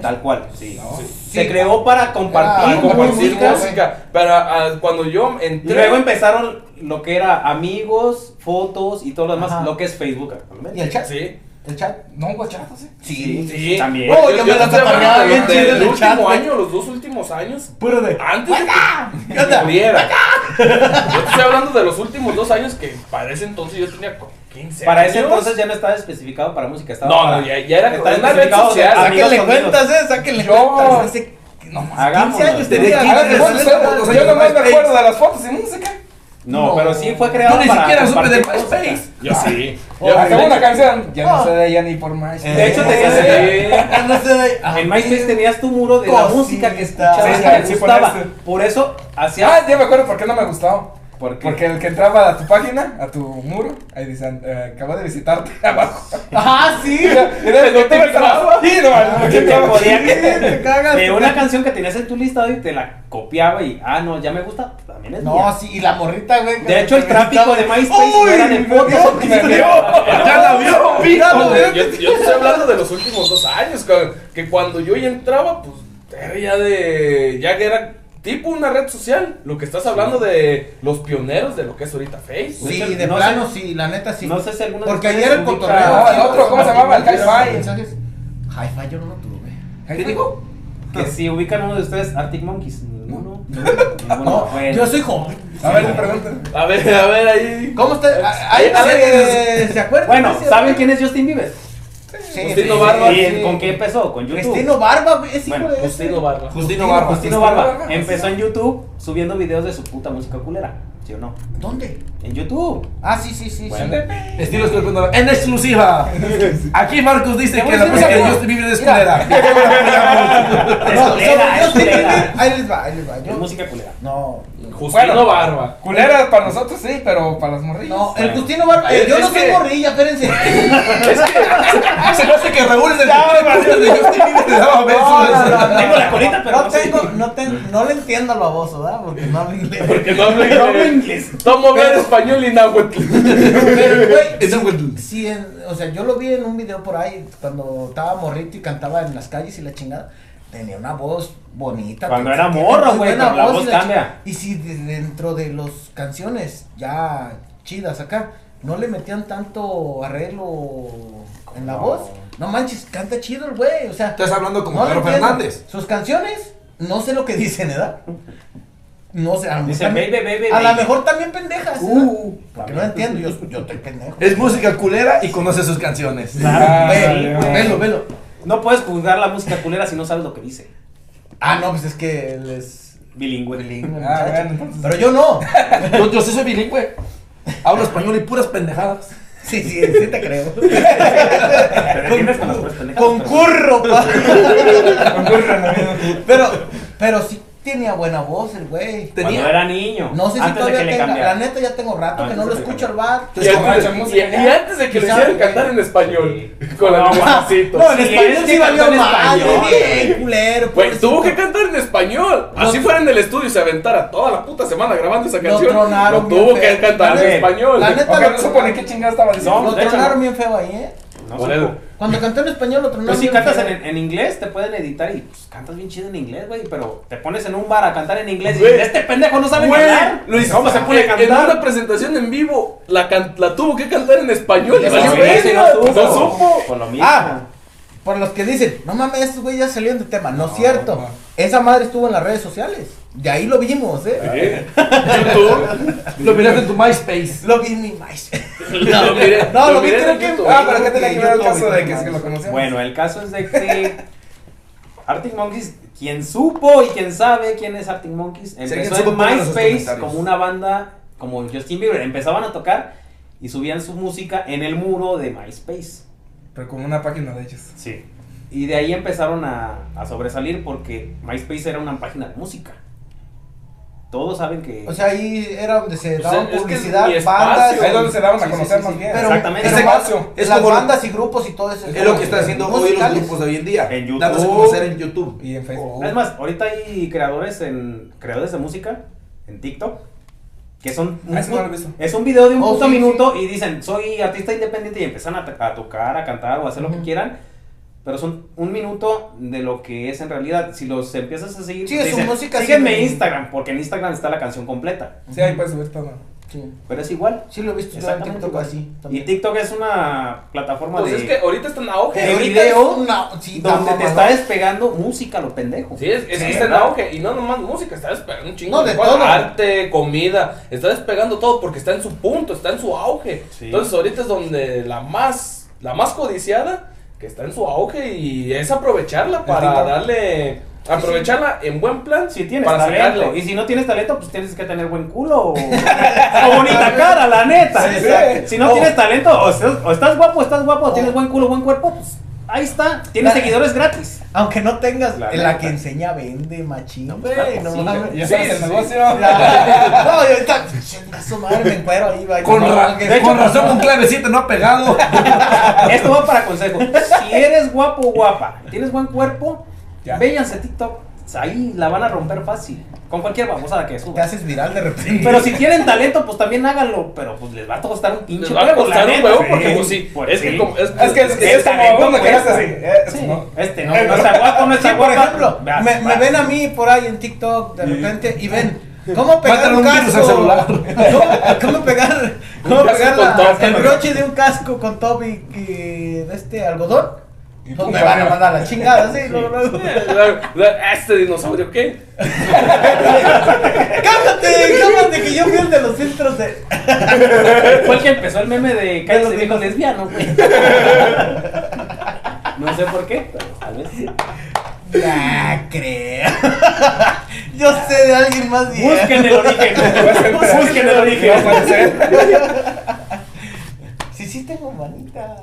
E: Tal cual, sí. Se
B: Sí.
E: creó para compartir,
A: Para
B: Ah,
A: compartir
E: música.
A: música. Pero ah, cuando yo
E: Y
A: entré.
E: luego empezaron lo que era amigos, fotos y todo lo demás,
B: Ajá.
E: lo que es Facebook
B: ¿Y
E: actualmente.
B: el chat?
A: Sí.
B: ¿El chat?
C: No, guachato, sí.
E: Sí,
A: Sí.
E: también.
B: Oh, yo me la
A: estoy hablando
B: zapateaba
A: de
B: bien
A: los del
B: chido en el
A: último
B: chat, güey.
A: año, los dos últimos años.
B: Puro de.
A: Antes de que,
B: ¿Qué
A: que
B: onda?
A: muriera. Yo te estoy hablando de los últimos dos años que para ese entonces yo tenía como 15
E: Para
A: años.
E: ese entonces ya no estaba especificado para música, estaba
A: No,
E: para-
A: no, ya, ya era
E: estaba
A: una red
E: especificado
A: social.
E: de amigos
B: Sáquenle
E: con amigos.
B: cuentas, eh, sáquenle
C: Yo-
B: cuentas. Hace no más, 15
E: Hagámoslo.
B: años
D: Tenía
B: tenía.
D: 15
C: Hagan de
D: años.
C: fotos,
D: Hagan de
C: Yo nomás me
D: MySpace.
C: acuerdo de las fotos y música.
E: No,
B: No.
E: pero sí fue creado
D: Yo ni
E: para
D: siquiera supe de
E: compartir música.
D: MySpace.
A: Yo sí.
B: Oh,
A: Yo-
C: Acabó una canción. Ya
B: Ah.
C: no sé de ella ni por más.
E: De hecho,
A: Sí.
E: tenías
A: Sí.
B: Ah, no sé, ah,
E: En MySpace tenías tu muro de la
B: Cosita.
E: música que escuchabas,
C: Sí,
E: que te
C: sí,
E: gustaba.
C: ponerse.
E: Por eso hacía.
C: Ah, ya me acuerdo por qué no me gustó.
E: ¿Por qué?
C: Porque el que entraba a tu página, a tu muro, ahí dicen, eh, acabo de visitarte abajo.
B: Ah, sí.
C: Y de no te
A: notificaba.
C: Sí, no, no,
E: Que
C: ¿quién
E: te
C: sabe?
E: podía
B: Te cagas.
E: de una canción que tenías en tu listado y te la copiaba y ah no ya me gusta también es mía.
B: No, sí, y la morrita, güey.
E: de hecho el tráfico de MySpace no
C: Uy,
E: era de
C: me
E: fotos
C: vio, me vio.
D: ¡Ya la vio! ¡Mira!
A: Yo, yo te estoy hablando de los últimos dos años, cabrón, que cuando yo ya entraba, pues era ya de. ya que era tipo una red social. Lo que estás hablando de los pioneros de lo que es ahorita Facebook.
E: De
B: Sí,
E: hecho,
B: de
E: no
B: plano, sí, la neta sí.
E: no sé si alguno de
B: Porque
E: ustedes
B: ayer el
E: ubica-
B: cotorreo.
C: No, el
B: sí,
C: otro, ¿cómo se llamaba? El Hi-Fi.
B: mensajes. Hi-Fi yo no lo tuve.
D: ¿Qué digo?
E: que si ubican uno de ustedes Arctic Monkeys ninguno
B: No,
E: ninguno bueno.
B: yo soy joven.
C: A ver, le pregunto.
A: A ver, a ver, ahí.
B: ¿Cómo está?
A: A-
B: Ahí
A: a
B: se,
A: ver,
B: se acuerdan.
E: bueno saben quién es Justin Bieber
A: Justino Barba,
E: y en- con qué empezó con YouTube
B: Cristino Barba, güey, es hijo
E: Bueno,
B: de ese.
A: Justino Barba.
D: Justino Barba.
E: Justino
C: Justino
E: Barba
C: Barba.
E: empezó en YouTube subiendo videos de su puta música culera sí o no
B: ¿Dónde?
E: en YouTube
B: Ah, sí, sí, sí.
E: Bueno.
B: sí.
D: Estilo estoy contando. En exclusiva. Aquí Marcos dice que la música de Justin Bieber es culera.
E: es
B: No, yo
E: culera es
B: sí
E: culera
B: entendí. Ahí les va, ahí les va.
E: es
B: Yo,
E: música culera
B: no.
A: Justino
C: Bueno.
A: Barba.
C: Culera para nosotros sí, pero para las morrillas.
B: No, el Justino Barba. eh, yo
A: Es
B: no soy
A: que-
B: morrilla, espérense.
D: Se me hace que Raúl es el que de Justin Bieber le daba besos.
E: tengo la colita pero
B: No tengo, no tengo, no le entiendo al baboso, ¿verdad? Porque no hablo inglés.
A: Que no hablo
E: No hablo
A: inglés.
E: inglés
A: Tomo ver español y náhuatl.
B: Pero, güey,
D: Es un
B: Sí, en- o sea, yo lo vi en un video por ahí, cuando estaba morrito y cantaba en las calles y la chingada, tenía una voz bonita.
E: Cuando
B: tenía-
E: era
B: tenía
E: morro,
B: muy
E: güey,
B: buena
E: cuando la
B: y
E: voz
B: chi-
E: cambia.
B: Y si de- dentro de las canciones ya chidas acá, no le metían tanto arreglo en la voz, no manches, canta chido el güey, o sea.
D: Estás hablando como
B: no le
D: Pedro
B: entiendo.
D: Fernández.
B: Sus canciones, no sé lo que dicen, ¿verdad? No sé, a lo
E: Dice,
B: mejor también-
E: "Baby, baby,
B: a lo
E: baby".
B: mejor también pendejas. ¿verdad?
E: Uh,
B: Porque no entiendo, yo, yo estoy pendejo.
D: Es música culera y conoce sus canciones.
E: Claro,
C: Ah,
E: sí,
C: ya.
E: güey.
B: Velo, velo.
E: No puedes juzgar la música culera si no sabes lo que dice.
B: Ah, no, pues es que él es
E: Bilingüe.
B: bilingüe,
C: Ah,
B: muchacho.
C: bueno, entonces-
B: Pero yo no.
D: Yo, yo sí soy bilingüe. Hablo español y puras pendejadas.
B: Sí, sí, sí te creo.
E: Pero entiendes con las puras pendejadas, pero-
B: Concurro, pa.
C: Concurren, amigo.
B: Pero, pero sí, Tenía buena voz el güey.
E: Cuando
D: Tenía.
E: era niño.
B: No sé si
E: antes de
B: todavía
E: que le
B: tenga. La
E: cambiaran.
B: neta ya tengo rato que
E: Antes
B: no
E: de
B: lo
E: que le
B: escucho al
E: cambiaran.
A: Y
B: bar.
D: Entonces, como
A: antes,
C: esa
A: y-
C: música
A: y antes de que lo
B: Quizá-
A: hicieran cantar en español,
E: Sí.
A: con
E: No,
A: el
E: ma-
A: despacito.
B: No, en
E: Sí,
B: español
E: sí
B: sí valió
E: cantó en
B: mal,
E: español,
B: güey, bien culero. pues,
A: Güey, tuvo que
B: pobrecito.
A: cantar en español. Así fuera en el estudio y se aventara toda la puta semana grabando esa
B: Lo
A: canción.
B: tronaron
A: lo
B: bien
A: tuvo que
B: feo.
A: cantar en
E: Dale.
A: español.
B: La neta-
C: Ojalá no supone qué chingada estaba diciendo.
E: No,
B: Lo
E: de hecho,
B: tronaron bien feo ahí, ¿eh?
E: No
A: Por
E: sé,
A: eso.
E: po.
B: Cuando cantó en español lo tronaron
E: Pero si
B: bien
E: cantas
B: feo.
E: en, en inglés, te pueden editar y pues, cantas bien chido en inglés, güey. Pero te pones en un bar a cantar en inglés
A: Güey.
E: y este pendejo no sabe
A: Güey,
E: cantar.
A: lo hizo-
E: ¿Cómo se pone a
A: En una
E: cantar?
A: presentación en vivo la, can- la tuvo que cantar en español.
B: Sí,
A: Y
E: Pues,
A: valió
B: sí,
E: güey,
A: verga,
E: ese
A: no supo.
E: Por lo mismo.
B: Ah, por los que dicen, no mames, estos güey ya salieron de tema. No es
C: No,
B: cierto.
C: no.
B: Esa madre estuvo en las redes sociales. De ahí lo vimos, ¿eh?
A: ¿Eh? YouTube.
D: Lo miraste en tu MySpace.
B: Lo vi en mi maíz.
A: Lo miré-
B: No, lo vi
A: miré en
B: creo que-
A: YouTube.
C: Ah, pero ¿qué tenía que ver el
B: YouTube,
C: caso de que
B: YouTube.
C: sí lo conocemos?
E: Bueno, el caso es de que Arctic Monkeys, quien supo y quien sabe quién es Arctic Monkeys, empezó
D: supo,
E: en
D: pónganlo en los
E: MySpace
D: comentarios.
E: como una banda como Justin Bieber. Empezaban a tocar y subían su música en el muro de MySpace.
C: Pero como una página de ellos.
E: Sí. Y de ahí empezaron a, a sobresalir porque MySpace era una página de música. Todos saben que.
B: O sea, ahí era donde se
A: O sea,
B: daban
A: es que es
B: publicidad,
A: mi espacio,
B: bandas.
C: Ahí es donde se daban
E: Sí,
C: a
E: sí,
C: conocer
E: sí,
C: más
E: sí.
C: bien.
B: Pero,
D: Exactamente.
B: pero
C: Espacio.
D: Es
B: las
D: como lo-
B: bandas y grupos y todo eso.
D: Es lo que están haciendo hoy los
B: Musicales.
D: grupos de hoy en día.
E: En YouTube.
D: Dándose a conocer en YouTube.
C: Y en
B: Oh.
C: Facebook.
E: Es más, ahorita hay creadores en creadores de música en TikTok que son
C: Ah, ese no lo he visto.
E: es un video de un
B: Oh,
E: puto
B: sí,
E: minuto y dicen soy artista independiente y empiezan a, to- a tocar, a cantar o a hacer lo que
B: Ujú.
E: quieran, pero son un minuto de lo que es en realidad. Si los empiezas a seguir,
B: Sí,
E: te
B: es su música,
E: sígueme
B: sí.
E: Instagram porque en Instagram está la canción completa,
C: Sí, ahí puedes subir todo.
B: Sí,
E: pero es igual.
B: sí lo he visto yo en
E: Exactamente
B: TikTok
E: igual.
B: así.
E: Y
B: también.
E: TikTok es una plataforma
A: Pues
E: de
A: es que ahorita está en
B: Pero
A: auge.
E: Eh,
B: ahorita
E: video
B: es una- sí, la
E: donde te
B: mamadora.
E: está despegando música lo pendejo.
A: Sí, es, es que
E: Sí,
A: está en
E: ¿verdad?
A: auge. Y no nomás música, está despegando un chingo
B: No, de
A: cosas.
B: todo.
A: Arte, comida. Está despegando todo porque está en su punto, está en su auge.
E: Sí.
A: Entonces ahorita es donde la más, la más codiciada, que está en su auge y es aprovecharla para
C: TikTok.
A: darle... Aprovecharla en buen plan.
E: Si tienes
A: para
E: talento.
A: sacarle.
E: Y si no tienes talento, pues tienes que tener buen culo o, o bonita cara, la neta.
C: Sí, sí.
E: Si no
B: O-
E: tienes talento, o estás, o estás guapo, estás guapo, o tienes buen culo, buen cuerpo, pues ahí está. Tienes
B: La-
E: seguidores gratis.
B: Aunque no tengas
E: La
B: la,
E: neta.
B: que enseña vende, machín.
A: pues,
B: güey,
A: claro,
B: no
A: sí,
B: mames.
C: Ya
A: Sí,
C: sabes el
A: sí.
C: negocio.
B: La- No, yo ahorita, chinga su madre, me encuero ahí, va.
D: Con,
B: No,
D: ra-
B: que-
D: con razón, un clavecito no ha pegado.
E: Esto va para consejo. Si eres guapo o guapa, tienes buen cuerpo,
C: Ya.
E: véyanse TikTok. Ahí la van a romper fácil. Con cualquier babosada que
B: Te
E: suba.
B: haces viral de repente.
E: Pero si tienen talento, pues también háganlo. Pero pues les va a costar un pinche
A: Les va a
E: huevo, la
A: costar un
E: neta.
A: huevo porque
E: Sí,
A: pues sí.
E: pues,
A: es, que
E: sí.
A: como, es,
C: Es que es,
E: Es
C: es como
E: talento,
C: cuando
E: pues,
C: quedas así.
E: güey.
C: eh, esto
E: Sí,
C: no.
E: Este no, no está guapo, no está
B: Sí, por
E: guapa.
B: ejemplo,
E: Vas,
B: me, me
E: vas.
B: ven a mí por ahí en TikTok de repente y ven cómo pegar
D: Mátale
B: un
D: un virus
B: casco.
D: al celular.
B: ¿Cómo, cómo pegar, cómo
A: casco
B: pegar
A: con
B: la-
A: top.
B: el broche de un casco con top y, y de este algodón?
C: Y
B: No,
C: pum,
B: pues, me van a
C: ya.
B: mandar la chingada, sí, luego, luego.
A: Este dinosaurio, ¿qué?
B: Cálmate, cálmate que yo fui el de los filtros de
E: Fue el que empezó el meme
B: Ya
E: de cállate
B: lo
E: viejo
B: dijo.
E: lesbiano, güey. No sé por qué, pero tal vez.
B: Ya creo. Yo sé de alguien más bien.
E: Busquen el origen. Busquen el
C: No
E: origen.
C: puede ser.
B: Sí, sí tengo manita.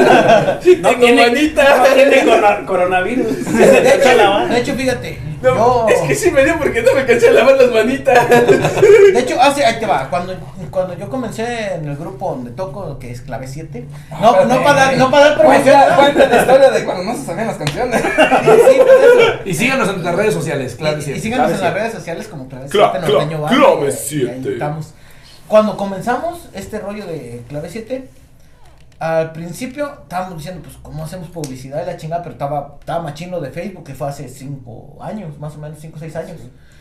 E: No
A: Tengo
E: tiene,
A: manita.
E: no tiene corona- coronavirus. Se
B: De
E: te echa la
B: hecho,
E: mano.
B: de hecho, fíjate.
A: No,
B: yo-
A: Es que sí me dio porque no me cansé de lavar las manitas.
B: De hecho, hace, ahí te va, cuando, cuando yo comencé en el grupo donde toco, que es clave 7,
A: Ah,
B: no, no para
A: eh.
B: dar, Pues, no para dar
A: Pues
B: promoción,
C: Cuenta, Pues, cuenta la historia de cuando no se sabían las canciones.
B: sí, por eso.
D: Y síganos en las redes sociales, claro. que
B: Y, y
D: sí.
B: síganos en
E: Clave
B: las redes sociales como clave
A: Cla-
B: 7
A: cla-
B: norteño Band,
A: Clave
B: güey, y ahí
A: 7.
B: estamos. Cuando comenzamos este rollo de clave 7, al principio estábamos diciendo, pues, ¿cómo hacemos publicidad y la chingada? Pero estaba, estaba machino de Facebook, que fue hace 5 años, más o menos 5 o 6 años.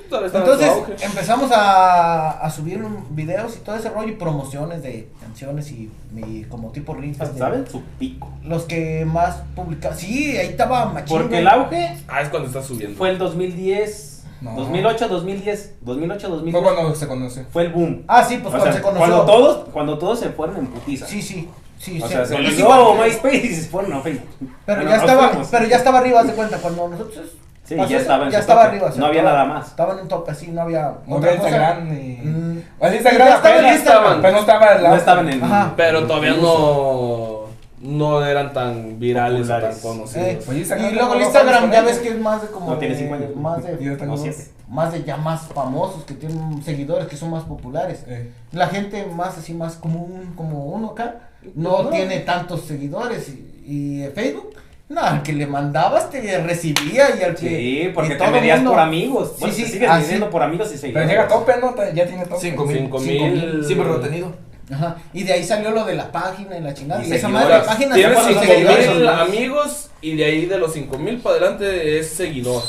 B: Entonces empezamos a, a subir un- videos y todo ese rollo y promociones de canciones y, y como tipo rifas. de-
E: ¿Saben? Su pico.
B: Los que más publicaban. Sí, ahí estaba machín.
E: Porque
B: güey.
E: el auge
A: Ah, es cuando está subiendo.
E: fue el 2010.
C: No.
E: 2008, 2010. 2008, 2010.
C: Fue cuando se conoció.
E: Fue el boom.
B: Ah, sí, pues
E: O
B: cuando
E: sea,
B: se conoció.
E: cuando todos, cuando todos se fueron en putiza.
B: Sí, sí. Sí,
E: O
B: "Pues sí.
E: sea, se
B: Es
E: olvidó
B: igual.
E: MySpace y se fueron a Facebook.
B: Pero
E: Bueno,
B: ya
E: nos
B: estaba,
E: fuimos.
B: pero ya estaba arriba, haz de cuenta, cuando nosotros
E: Sí,
B: pasó
E: ya
B: eso,
E: estaba en
B: ya
E: su
B: estaba
E: tope.
B: arriba, o sea,
E: No había
B: estaba-
E: nada más.
B: Estaban en tope, sí, no había
C: No
B: otra
C: había
B: cosa.
C: Instagram ni.
B: Mm.
C: Pues
B: Y ya
C: Instagram
B: estaba en Eh,
C: apenas,
A: Instagram.
C: Pero no estaba el
E: No estaban en.
B: Ajá.
A: Pero todavía no. no eran tan virales o tan
E: Populares.
A: conocidos.
B: Eh,
C: Oye,
B: y
C: sacaron
B: luego el
C: los
B: Instagram ya
C: jóvenes.
B: ves que es más de como.
E: No tiene
B: de-
E: cinco años.
B: Más de,
C: Yo tengo
E: No,
C: dos.
E: siete.
B: más de ya más famosos, que tienen seguidores, que son más populares.
C: Eh,
B: La gente más así, más común, como uno acá, no,
A: No.
B: tiene tantos seguidores. Y, y Facebook, no, al que le mandabas te recibía y al que.
E: Sí,
B: y
E: porque te
B: todo
E: medías
B: mundo-
E: por amigos.
B: Sí,
E: Bueno,
B: sí,
E: te sigues
B: así.
E: midiendo por amigos y
C: Pero
E: seguidores.
C: llega tope, ¿no? Ta- Ya tiene tope.
D: Cinco mil.
A: Cinco
D: cinco
A: mil.
D: Siempre retenido.
B: Ajá, y de ahí salió lo de la página y la chingada.
E: Y
B: Y, esa
E: seguidores.
B: madre, la página
A: Tiene
B: salió sin
A: 5
B: seguidores.
A: mil amigos y de ahí de los 5 mil para adelante es seguidor.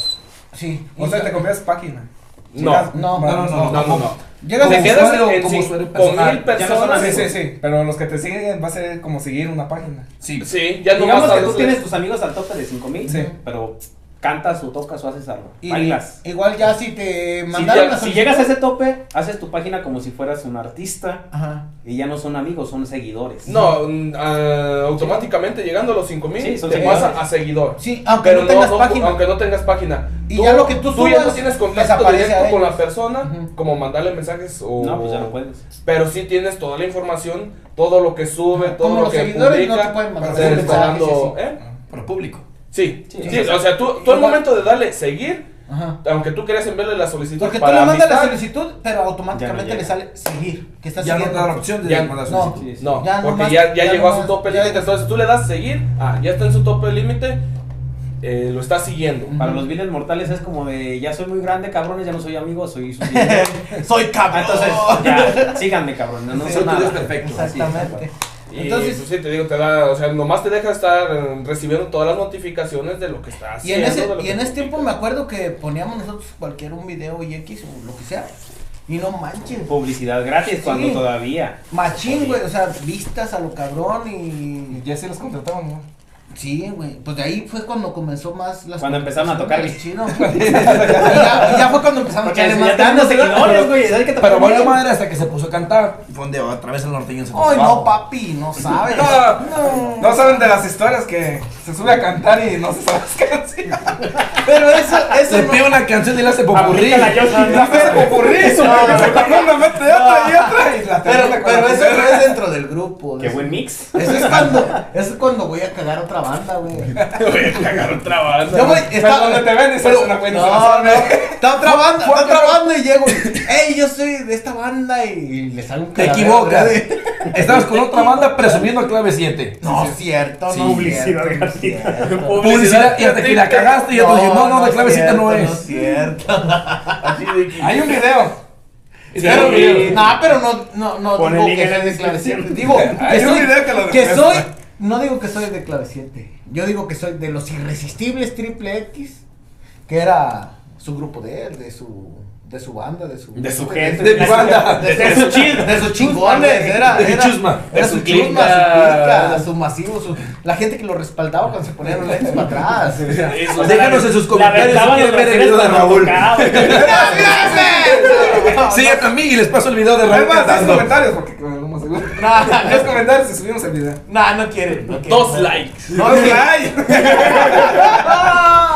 B: Sí.
C: O sea, te compras página.
A: No,
B: No,
C: Más-
D: no, no,
A: no, no, no.
B: Llegas
A: te
B: a-
A: quedas
D: usuario,
A: en
D: como
A: cin-
D: usuario
A: con
D: personal.
A: mil
E: Ya no son
A: personas.
C: Sí, sí,
A: sí,
C: sí. Pero los que te siguen va a ser como seguir una página.
D: Sí.
A: ya no
E: Digamos
A: más
E: que tú tienes tus amigos al tope de 5000,
C: Sí.
E: pero cantas o tocas o haces algo.
B: y-
E: bailas.
B: Igual ya si te
E: Si
B: mandaron
E: ya-
B: la
E: si
B: solicitud-
E: llegas a ese tope, haces tu página como si fueras un artista
B: Ajá.
E: y ya no son amigos, son seguidores.
A: No, mm, ah, automáticamente llegando a los 5 mil
E: Sí, son
A: te
E: seguidores.
A: vas a, a seguidor.
B: Sí, aunque no tengas página.
A: aunque no tengas página.
B: Y ya lo que tú
A: ya no
B: subas,
A: tienes contacto
B: desaparece a
A: directo con
B: ellos.
A: la persona,
B: Ujú.
A: como mandarle mensajes o...
E: No, pues ya no puedes.
A: Pero sí tienes toda la información, todo lo que sube, todo
B: Como
A: lo
B: los
A: que
B: seguidores no
A: publica.
B: te pueden mandar
A: se
B: mensajes,
A: está dando-
B: sí,
A: ¿eh?
D: Pero público.
A: Sí,
E: Sí,
A: sí,
E: sí,
A: o sea, tú, tú al
B: Igual.
A: momento de darle seguir,
B: Ajá.
A: aunque tú querías enviarle la solicitud
B: Porque tú
A: para
B: le mandas la
A: amistad,
B: solicitud, pero automáticamente
E: Ya no
B: le
E: llega.
B: sale seguir. Que está
D: Ya no te
B: siguiendo.
D: da la opción de
A: Ya-
D: mandar
B: no.
D: solicitud.
E: Sí, sí.
A: No,
B: Ya
A: porque
B: nomás-
A: ya, ya
B: ya
A: llegó a
B: nomás-
A: su tope
B: ya-
A: límite, entonces tú le das seguir, ah, ya está en su tope límite, eh, lo está siguiendo.
E: Para los viles mortales es como de ya soy muy grande, cabrones, ya no soy amigo, soy su
B: Soy
E: Ah,
B: cabrón.
E: Entonces, ya, síganme, cabrón. No, no
D: Sí,
E: son
D: tú eres
E: nada.
D: perfecto.
B: Exactamente.
A: Y,
B: Entonces-
A: pues, sí, te digo, te da, o sea, nomás te deja estar eh, recibiendo todas las notificaciones de lo que está
B: Y en
A: haciendo.
B: ese,
A: de lo
B: y
A: que
B: en ese
A: publica.
B: tiempo me acuerdo que poníamos nosotros cualquier un video y X o lo que sea. Y no manches.
E: Publicidad gratis
B: Sí.
E: cuando todavía.
B: Machín, güey. O sea, vistas a lo cabrón y.
C: Y ya se los contrataban, ¿no?
B: Sí, güey. Pues de ahí fue cuando comenzó más las.
E: Cuando empezaron a tocar.
B: Chido. y, ya, y ya fue cuando empezamos
E: Porque
B: a
E: ya
B: echarle más ganas.
E: tenemos seguidores, güey. ¿Sabes qué te
D: Pero valió
E: ponen?
D: madre hasta que se puso a cantar. Y Fue donde otra vez el norteño se puso
B: Ay,
D: bravo.
B: no, papi, no sabes.
C: No, Ah, no, saben de las historias que se sube a cantar y no se sabe las canciones.
B: Pero eso, eso
D: Se
B: no-
D: pega una canción y la hace popurrí.
E: Aplica la Yoshi.
C: La hace de popurrí, se pone una mete otra y otra y la
B: Pero,
C: termina con
B: pero
C: la
B: eso
C: primera.
B: no es dentro del grupo.
E: Qué
B: eso-
E: buen mix.
B: Eso es cuando, eso es cuando voy a cagar otra banda, güey. Yo voy,
C: Pero donde te ven, esa es una
B: no,
C: buena
B: no,
C: solución, ¿eh?
B: está otra banda, está otra banda y llego. Ey, yo soy de esta banda y, le sale un
D: Te
B: cagadero,
D: equivocas.
B: ¿verdad?
D: Estabas con otra banda presumiendo clave 7.
B: No es cierto,
D: Sí.
B: no es
E: Publicidad
B: cierto, no es
E: gratuita.
B: cierto.
D: Publicidad y hasta que la
B: Este
D: cagaste y yo te dije, no, no, de
B: es
D: clave 7 no
B: cierto, No es
D: es.
B: cierto.
C: Hay un video.
B: Pero, no, pero no, no, no
E: Pon
B: digo
E: el link
B: que
E: en la
B: sea de clave
E: descripción.
B: 7. Digo,
C: Hay
B: que
C: un
B: soy,
C: video que lo
B: que
C: demuestra.
B: soy, no digo que soy de clave 7. Yo digo que soy de los irresistibles triple X, que era su grupo de él, de su, de su banda, de su,
E: De su gente.
D: De mi banda.
B: de,
E: De su chis-
B: de sus chingones, era,
D: De mi
B: era,
D: chusma.
B: era
A: De
B: su
A: su
B: chusma,
A: clica.
B: su clica, su masivo, su, la gente que lo respaldaba cuando se ponían los lentes para atrás. o sea,
A: Eso,
D: Déjanos en sus comentarios si quieren ver el video de Raúl. Síganme a mí y les paso el video de Raúl
C: Además, haz
D: cantando.
C: comentarios porque no me seguro.
B: Nah,
C: Haz comentarios y subimos el video.
B: nah, no quieren. no quieren.
A: Dos likes.
B: No quieren.
C: Ay.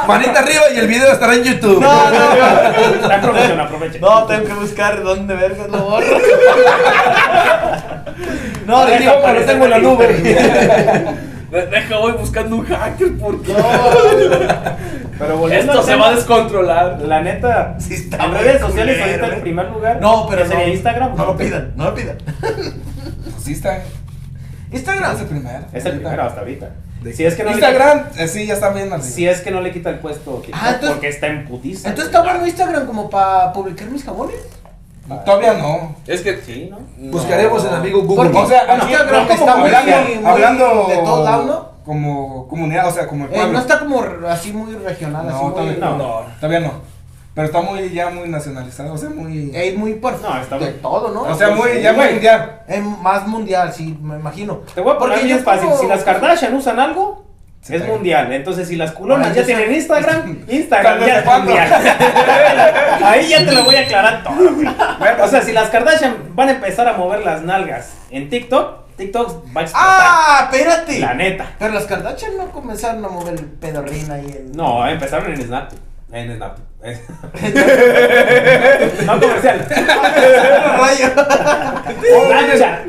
D: Manita arriba y el video estará en YouTube.
B: No, no, no.
E: Aprovechen, aprovechen.
B: No, tengo que buscar dónde vergas lo borro. no,
D: Ahí
B: digo,
D: vamos, lo tengo en la nube.
A: De- Deja, voy buscando un hacker porque
E: Pero
A: esto
E: volviendo al
A: se
E: tema,
A: va a descontrolar.
E: La neta,
B: Sí, está
E: en
B: muy
E: redes sociales
B: culero,
E: ahorita
B: eh.
E: en primer lugar.
B: no, pero
E: ¿qué sería
B: no,
E: Instagram.
B: No lo pidan, no lo pidan.
C: Pues sí está. Instagram es el primero.
E: Es el primero hasta ahorita. Si es que no
C: Instagram, eh, sí, ya está bien
E: Le,
C: arriba.
E: si es que no le quita el puesto TikTok,
B: Ah, entonces-
E: porque está en putiza.
B: Entonces está bueno Instagram como para publicar mis jabones. Eh,
C: Todavía no.
A: Es que
E: Sí, ¿no?
D: Buscaremos en amigo Google.
B: Porque-
C: O sea, aquí
B: Instagram
C: no,
B: está
C: como
B: muy-
C: hablando,
B: muy
C: hablando
B: de todo lado, ¿no?
C: como comunidad, o sea, como el
B: Eh,
C: pueblo.
B: no está como r- así muy regional,
C: No,
B: así muy,
C: todavía no.
A: no.
C: Todavía no. Pero está muy, ya muy nacionalizado, o sea, muy...
B: Eh, muy por
E: No, está
B: de
E: muy-
B: todo, ¿no?
C: o sea, muy, ya
B: pues, Sí,
C: muy mundial.
B: Eh, más mundial, sí, me imagino.
E: Te voy a poner
B: Porque
E: bien
B: ya
E: fácil.
B: como-
E: Si las Kardashian usan algo,
C: Sí,
E: es
C: está bien.
E: mundial. Entonces, si las culonas
B: Ahora,
E: ya
B: yo
E: tienen
B: sé-
E: Instagram, Instagram
C: ¿Cuándo
E: ya
C: se
E: es
C: cuándo?
E: mundial. Ahí ya te lo voy a aclarar todo, güey.
C: Bueno,
E: O sea, si las Kardashian van a empezar a mover las nalgas en TikTok, TikTok va a explotar.
B: ¡Ah! Espérate.
E: La neta.
B: Pero las Kardashian no comenzaron a mover el pedorrín ahí. en-
E: No, empezaron en Snapchat. En Snap.
B: Eh,
E: no comercial.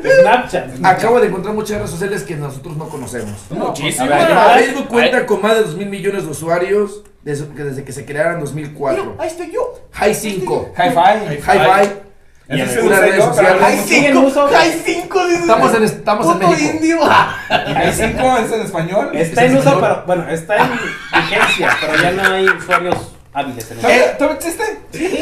E: Snapchat. Snapchat.
C: Ah,
D: Acabo de encontrar muchas redes sociales que nosotros no conocemos.
A: Muchísimo.
E: A ver,
A: Ah,
D: Facebook cuenta con más de 2 mil millones de usuarios desde que, desde que se crearon en 2004.
B: Ahí estoy yo.
D: High 5,
C: Hi-Fi.
D: High
E: Y en
D: Five,
E: el-
D: una red
B: Hay
D: social.
E: siguen
B: cinco.
E: uso.
B: Hay cinco. dices.
D: Estamos en, estamos en
B: Puto
D: México.
B: indio. Ah,
C: Hi-5 es en español.
E: Está en uso, pero bueno, está en vigencia, pero ya no hay usuarios hábiles en el
C: ¿Todavía todavía existe?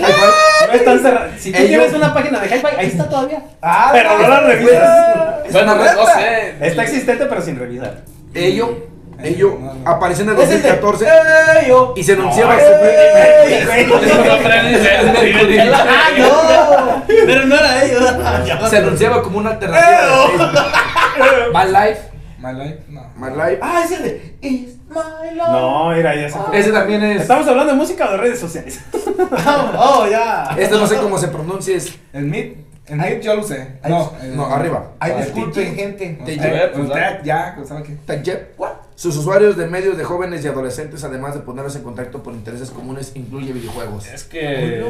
E: No están cerrados. Si tú
D: Ellos-
E: tienes una página de Hi-Fi, ahí está todavía.
C: Ah,
E: Pero no la revisas.
A: Bueno, no, no sé.
E: Está existente, pero sin revisar.
D: Ello, ello
C: No, no.
D: apareció en el
B: Es el de-
D: 2014
B: ¡Ey, yo!
D: y se anunciaba
B: ¡Ey!
D: su
B: ¡Ah, no! Pero no era ellos. Ah,
D: se anunciaba como una alternativa. My Life,
C: My Life, no.
D: My Life.
B: Ah, es el de It's my love.
E: No, era ya se fue.
D: Ese también es.
E: Estamos hablando de música o de redes sociales.
B: Oh, ya.
D: Este no sé cómo se pronuncia. Es,
C: El Meet, el Meet yo lo usé. No, el-
D: no, arriba.
G: Ay,
C: Ah,
G: disculpen, gente.
C: el-
D: Te
C: el-
A: llevé,
C: el-
A: pues,
C: el-
A: dale.
C: Ya, pues, ¿sabe qué?
D: Tajep. Sus usuarios de medios de jóvenes y adolescentes, además de ponerlos en contacto por intereses comunes, incluye videojuegos.
A: Es que.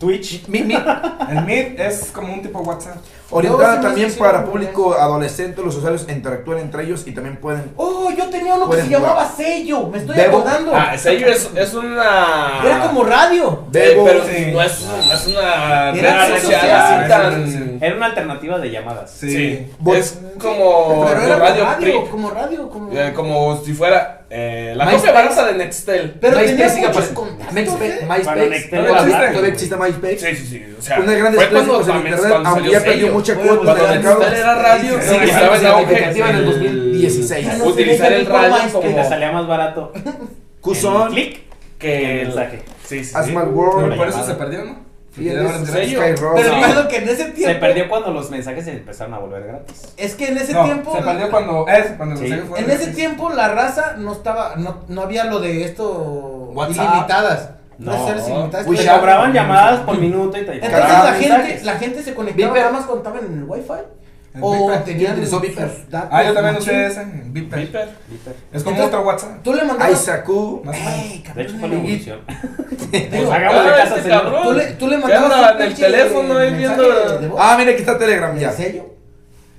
E: Twitch.
D: Mi- mi-
C: El Meet es como un tipo WhatsApp.
D: orientada
B: No, sí,
D: también
B: sí, sí,
D: para
B: sí.
D: público adolescente, los usuarios interactúan entre ellos y también pueden.
B: Oh, yo tenía uno que
D: Pueden
B: se
D: jugar.
B: llamaba sello. Me estoy
D: Bebo.
B: acordando.
A: Ah, Sello es, es una.
B: Era como radio.
A: Eh,
D: Bebo,
A: pero
C: sí.
A: no, es, no es una
B: Era
A: red social
B: red social.
A: así
C: Ah, es una red
A: tan.
E: Era una alternativa de llamadas.
C: Sí.
A: Sí.
D: Bo-
A: Es como.
B: Pero
A: de
B: era
A: radio,
B: como radio,
A: Pri-
B: como radio, como.
A: eh, como si fuera. eh, la
D: MySpace.
A: copia barata de Nextel.
B: Pero tenía
D: sigue
B: muchos
D: apareciendo.
B: contactos,
D: MySpace,
B: ¿eh?
D: MySpace,
E: Para Nextel
D: todavía
E: hablar,
D: existe,
E: güey.
D: todavía existe MySpace.
A: Sí, sí, sí. O sea,
D: Una
A: fue
D: gran
A: cuando
D: despliegue pues, en
A: también-
D: internet,
A: cuando
D: aunque
A: salió
D: ya perdió
A: Sello.
D: mucha
B: Bueno,
D: cuota de
A: Cuando
D: mercado.
A: Nextel era radio,
D: Sí,
A: sí,
D: sí,
A: estaba en
D: sí,
A: auge.
D: significativa en el 2016.
A: el- Utilizar el radio
E: Que te
A: como.
E: salía más barato. el
D: Cuson,
E: Click.
A: Que
E: El mensaje.
A: Sí, sí. sí.
D: Asma
C: Pero
D: World,
C: por eso se perdieron, ¿no?
D: y
C: Porque ahora es
D: el
C: gratis.
A: sello.
D: Skyrock.
B: Pero
E: No.
B: yo creo que en ese tiempo.
E: Se perdió cuando los mensajes se empezaron a volver gratis.
B: Es que en ese
C: No,
B: tiempo.
C: se perdió cuando. Es cuando
E: Sí.
C: los sellos fueron
B: En ese
C: gratis.
B: tiempo la raza no estaba, no, no había lo de esto
D: WhatsApp.
B: ilimitadas. No,
E: No.
B: redes ilimitadas.
D: Uy,
E: Te
D: ya.
E: cobraban llamadas por minuto y te
B: Entonces
E: cobraban
B: la gente,
E: mensajes.
B: la gente se conectaba,
D: Viper.
B: nada más contaban en el wifi.
C: El
B: O
C: Viper.
B: tenían
D: ¿Quién utilizó
B: sus
D: Viper?
B: datos
C: Ah, yo también
B: machín.
C: usé ese. el Viper.
A: Viper.
C: Es como
B: Entonces-
C: otro WhatsApp.
B: Tú le mandabas.
D: Aizaku,
C: Más o menos.
B: Ey,
E: De
B: cabrón,
E: hecho, fue la evolución. Pues
B: digo,
E: hagamos de
A: Ah,
E: casa,
A: este
E: señor.
A: cabrón.
B: Tú le, tú le
A: ¿Qué
B: mandabas
A: onda?
B: un
A: En el
B: pinche
A: teléfono ahí
B: mensaje
A: viendo-
B: de voz,
D: Ah, mira, aquí está Telegram
B: de
D: ya.
B: sello.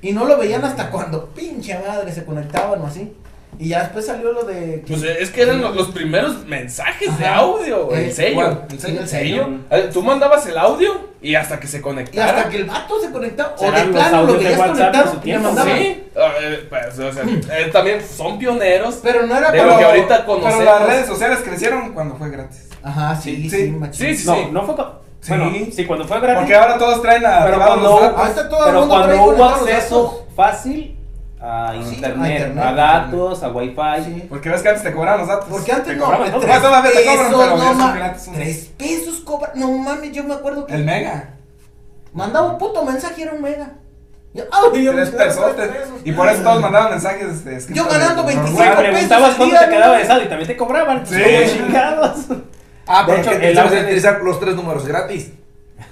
B: Y no lo veían hasta cuando pinche madre se conectaban o así. Y ya después salió lo de.
A: Pues es que eran los, los primeros mensajes de
B: Ajá.
A: audio. El
B: Eh,
A: sello.
C: ¿cuál?
A: El
C: El
A: sello.
C: sello.
A: Eh, Tú mandabas el audio y hasta que se
B: Y
A: conectara.
B: hasta que el vato se conectaba. O de
E: Serán los
B: plano
E: audios
B: lo
E: de
B: veías
E: WhatsApp en
B: conectado
E: su
B: y le
E: tiempo,
B: mandaban.
A: Sí. Ah, eh, pues, o sea, eh, también son pioneros.
B: Pero no era
A: De
B: como.
A: lo que ahorita
C: Pero
A: conocemos.
C: las redes sociales crecieron cuando fue gratis.
B: Ajá, sí, sí,
C: Sí, sí.
B: machín.
A: Sí, sí,
E: No,
A: sí.
E: no fue cuando.
C: Sí.
E: Bueno, sí, cuando fue
C: Porque
E: gratis.
C: ahora todos traen a.
E: Pero
C: privados
E: cuando-
C: los datos.
B: Ahorita todo el
E: Pero
B: mundo
E: cuando
B: trae
E: hubo
B: conectados los datos. Ah,
E: acceso fácil a
B: Sí, a
E: internet,
B: internet.
E: a datos, a wifi.
B: Sí.
C: Porque ves que antes te cobraban los datos.
B: Porque antes
E: Te
B: no,
E: cobraban, ¿no?
B: tres
C: Ah, pues, todavía te cobran,
B: pesos,
C: pero ya
B: no
C: son
B: ma-
C: gratis, ¿no?
B: Tres pesos cobran, no mames, yo me acuerdo que
C: El Mega.
B: mandaba un puto mensaje, era un mega. Yo, ay, yo
C: Tres
B: me quedaba
C: pesos.
B: tres pesos.
C: Y por eso todos mandaban mensajes. este, escritos
B: Yo ganando
C: de-
B: 25
E: Güey,
C: normal.
B: pesos
E: preguntabas
B: al
E: cuánto
B: día,
E: te quedaba
B: ¿no?
E: de saldo y también te cobraban.
C: Sí.
E: Como chingados.
D: Ah,
E: De
D: pero
E: hecho,
D: que
E: el
D: utilizamos
E: audio-
D: utilizar los tres números gratis.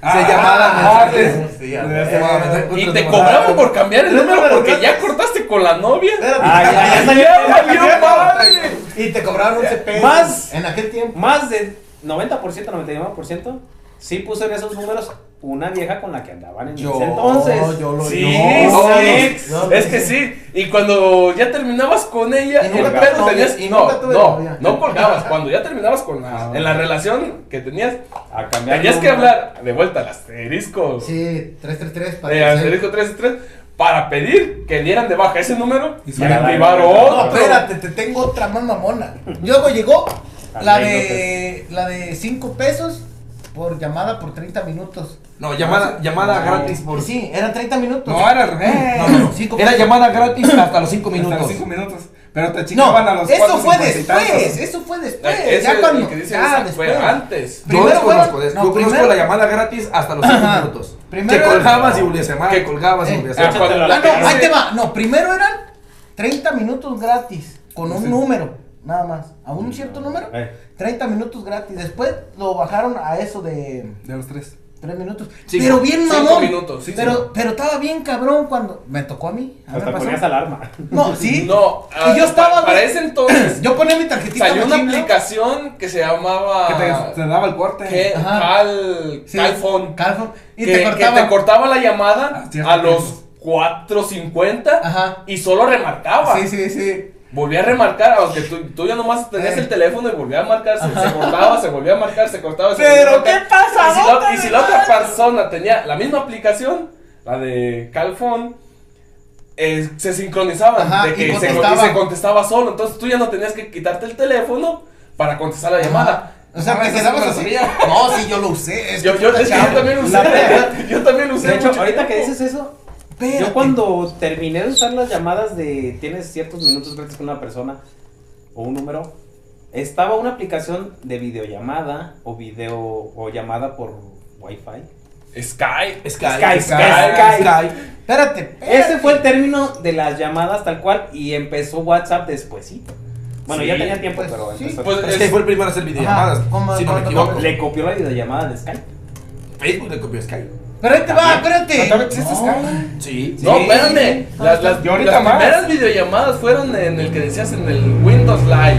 C: Ah,
D: se llamaban
C: ah,
D: mensajes.
C: antes.
D: Sí,
C: Ya,
D: ya,
C: ya,
D: ya.
C: ya.
A: Y
D: Otro
A: te
D: número.
A: cobraban por cambiar el
B: Tres
A: número
B: números
A: porque ya
B: gratis.
A: cortaste con la novia.
E: Ah, ya, ya salió el tema.
A: Ya valió madre.
B: Y te cobraron 11 pesos.
E: Más.
B: En aquel tiempo.
E: Más de 90%, 99%, sí puso en esos números una vieja con la que andaban en ese entonces.
B: yo lo
A: Sí,
B: yo-
A: sí.
B: yo lo
A: es que
B: hice.
A: sí. Y cuando ya terminabas con ella,
B: Y
A: el
B: nunca tuve
A: pedo
B: novia,
A: tenías.
B: y
A: No,
B: nunca tuve
A: no,
B: novia.
A: no colgabas. Cuando ya terminabas con la,
C: Ah,
A: en la relación que tenías,
E: A cambiar
A: tenías que
E: número.
A: hablar de vuelta al asterisco.
B: Sí, 333 para
A: de
B: que se-
A: asterisco 3 para pedir que dieran de baja ese número y
C: Y
A: se iban a
E: para
A: privar
E: darle
A: otro.
B: No, espérate, te tengo otra más mamona. Luego llegó la de la de 5 pesos por llamada por 30 minutos.
D: No, llamada, llamada gratis por.
B: Sí, eran 30 minutos.
C: No, era al revés.
B: No, no, no. Cinco
D: Era
B: pesos.
D: llamada gratis hasta los cinco
C: Hasta los
D: minutos.
C: cinco minutos. Pero te
B: No,
C: chingaban a los
B: eso
C: cuatro
B: fue
C: cincuenta y tantos.
B: después, eso fue después.
A: Eh, ese
B: ya cuando
A: que dice
B: ya
A: esa fue antes.
D: Yo
B: Primero
D: desconozco
B: fueron-
D: de eso.
B: no,
D: Yo conozco
B: primero-
D: la llamada gratis hasta los cinco
B: Ajá.
D: minutos.
B: Primero-
D: que colgabas y volvías a llamar.
A: Que-
D: Que colgabas y
B: Eh,
D: volvías a
A: Ah,
D: llamar.
A: cuando-
E: Échatelo a la
B: Ah, no,
E: cara.
B: ahí te va. No, primero eran 30 minutos gratis con un
C: Sí.
B: número, nada más, a un cierto número.
E: Eh.
B: 30 minutos gratis. Después lo bajaron a eso de
C: De los tres.
B: Tres minutos.
D: Cinco.
B: Pero bien
A: Cinco
B: mamón.
A: minutos, sí,
B: pero,
A: cinco.
B: pero estaba bien cabrón cuando. Me tocó a mí. a mí me
E: Hasta
B: pasó.
E: ponías alarma.
B: No, sí.
A: No, ah,
B: y yo estaba.
A: pa- Para
B: güey,
A: ese entonces
B: Yo ponía mi tarjetita.
A: salió una
B: machín, ¿no?
A: aplicación que se
C: Que te,
A: llamaba.
C: te daba el corte.
A: ¿Qué?
B: Ajá.
A: Cal.
B: Sí,
A: Calfón.
B: Calfon. Y
A: que,
B: te
A: que
B: cortaba.
A: te cortaba la llamada
C: Ah, cierto.
A: a los 4.50
B: Ajá.
A: y solo remarcaba.
B: Sí, sí, sí.
A: Volví a remarcar, aunque tú, tú ya nomás tenías
B: Eh.
A: el teléfono y volvía a marcar, se, se cortaba, se volvía a marcar, se cortaba. se
B: Pero,
A: volvía a marcar.
B: ¿qué pasa?
A: Y si, la,
B: ¿Dónde
A: y si
B: me
A: la otra
B: mandas?
A: persona tenía la misma aplicación, la de Calfón, eh, se sincronizaban,
B: Ajá,
A: de
B: y
A: que se, y
B: contestaba.
A: se contestaba solo, entonces tú ya no tenías que quitarte el teléfono para contestar la llamada.
B: O sea,
C: Ah,
B: te
C: eso sí
B: quedabas
C: me lo
B: así.
C: sabía.
B: No, sí, yo lo usé. es
A: Yo,
B: que
A: yo,
B: puta
A: es que yo
B: chavo.
A: también lo usé, yo también lo usé.
E: De hecho,
A: mucho
E: ahorita que
A: tiempo.
E: dices eso,
B: Espérate.
E: Yo cuando terminé de usar las llamadas de tienes ciertos minutos gratis con una persona o un número, estaba una aplicación de videollamada o video o llamada por Wi-Fi.
A: Sky.
E: Skype,
A: Skype,
E: Skype.
C: Skype.
B: Espérate, espérate.
E: Ese fue el término de las llamadas tal cual y empezó WhatsApp despuesito. Bueno,
A: Sí,
E: ya tenía tiempo,
B: pues,
E: pero
B: sí,
E: empezó.
A: Pues
D: Es que
A: es-
D: fue el primero a hacer videollamadas.
B: Ajá, ¿cómo-
D: si no me
B: cómo-
D: equivoco.
E: le copió la videollamada de Skype.
D: Facebook le copió Skype.
B: Pero ahí te va, espérate.
C: ¿También existe Skype?
D: Sí.
A: No, espérame. Las, las,
C: Y ahorita
A: las
C: más.
A: primeras videollamadas fueron en el que decías en el Windows Live.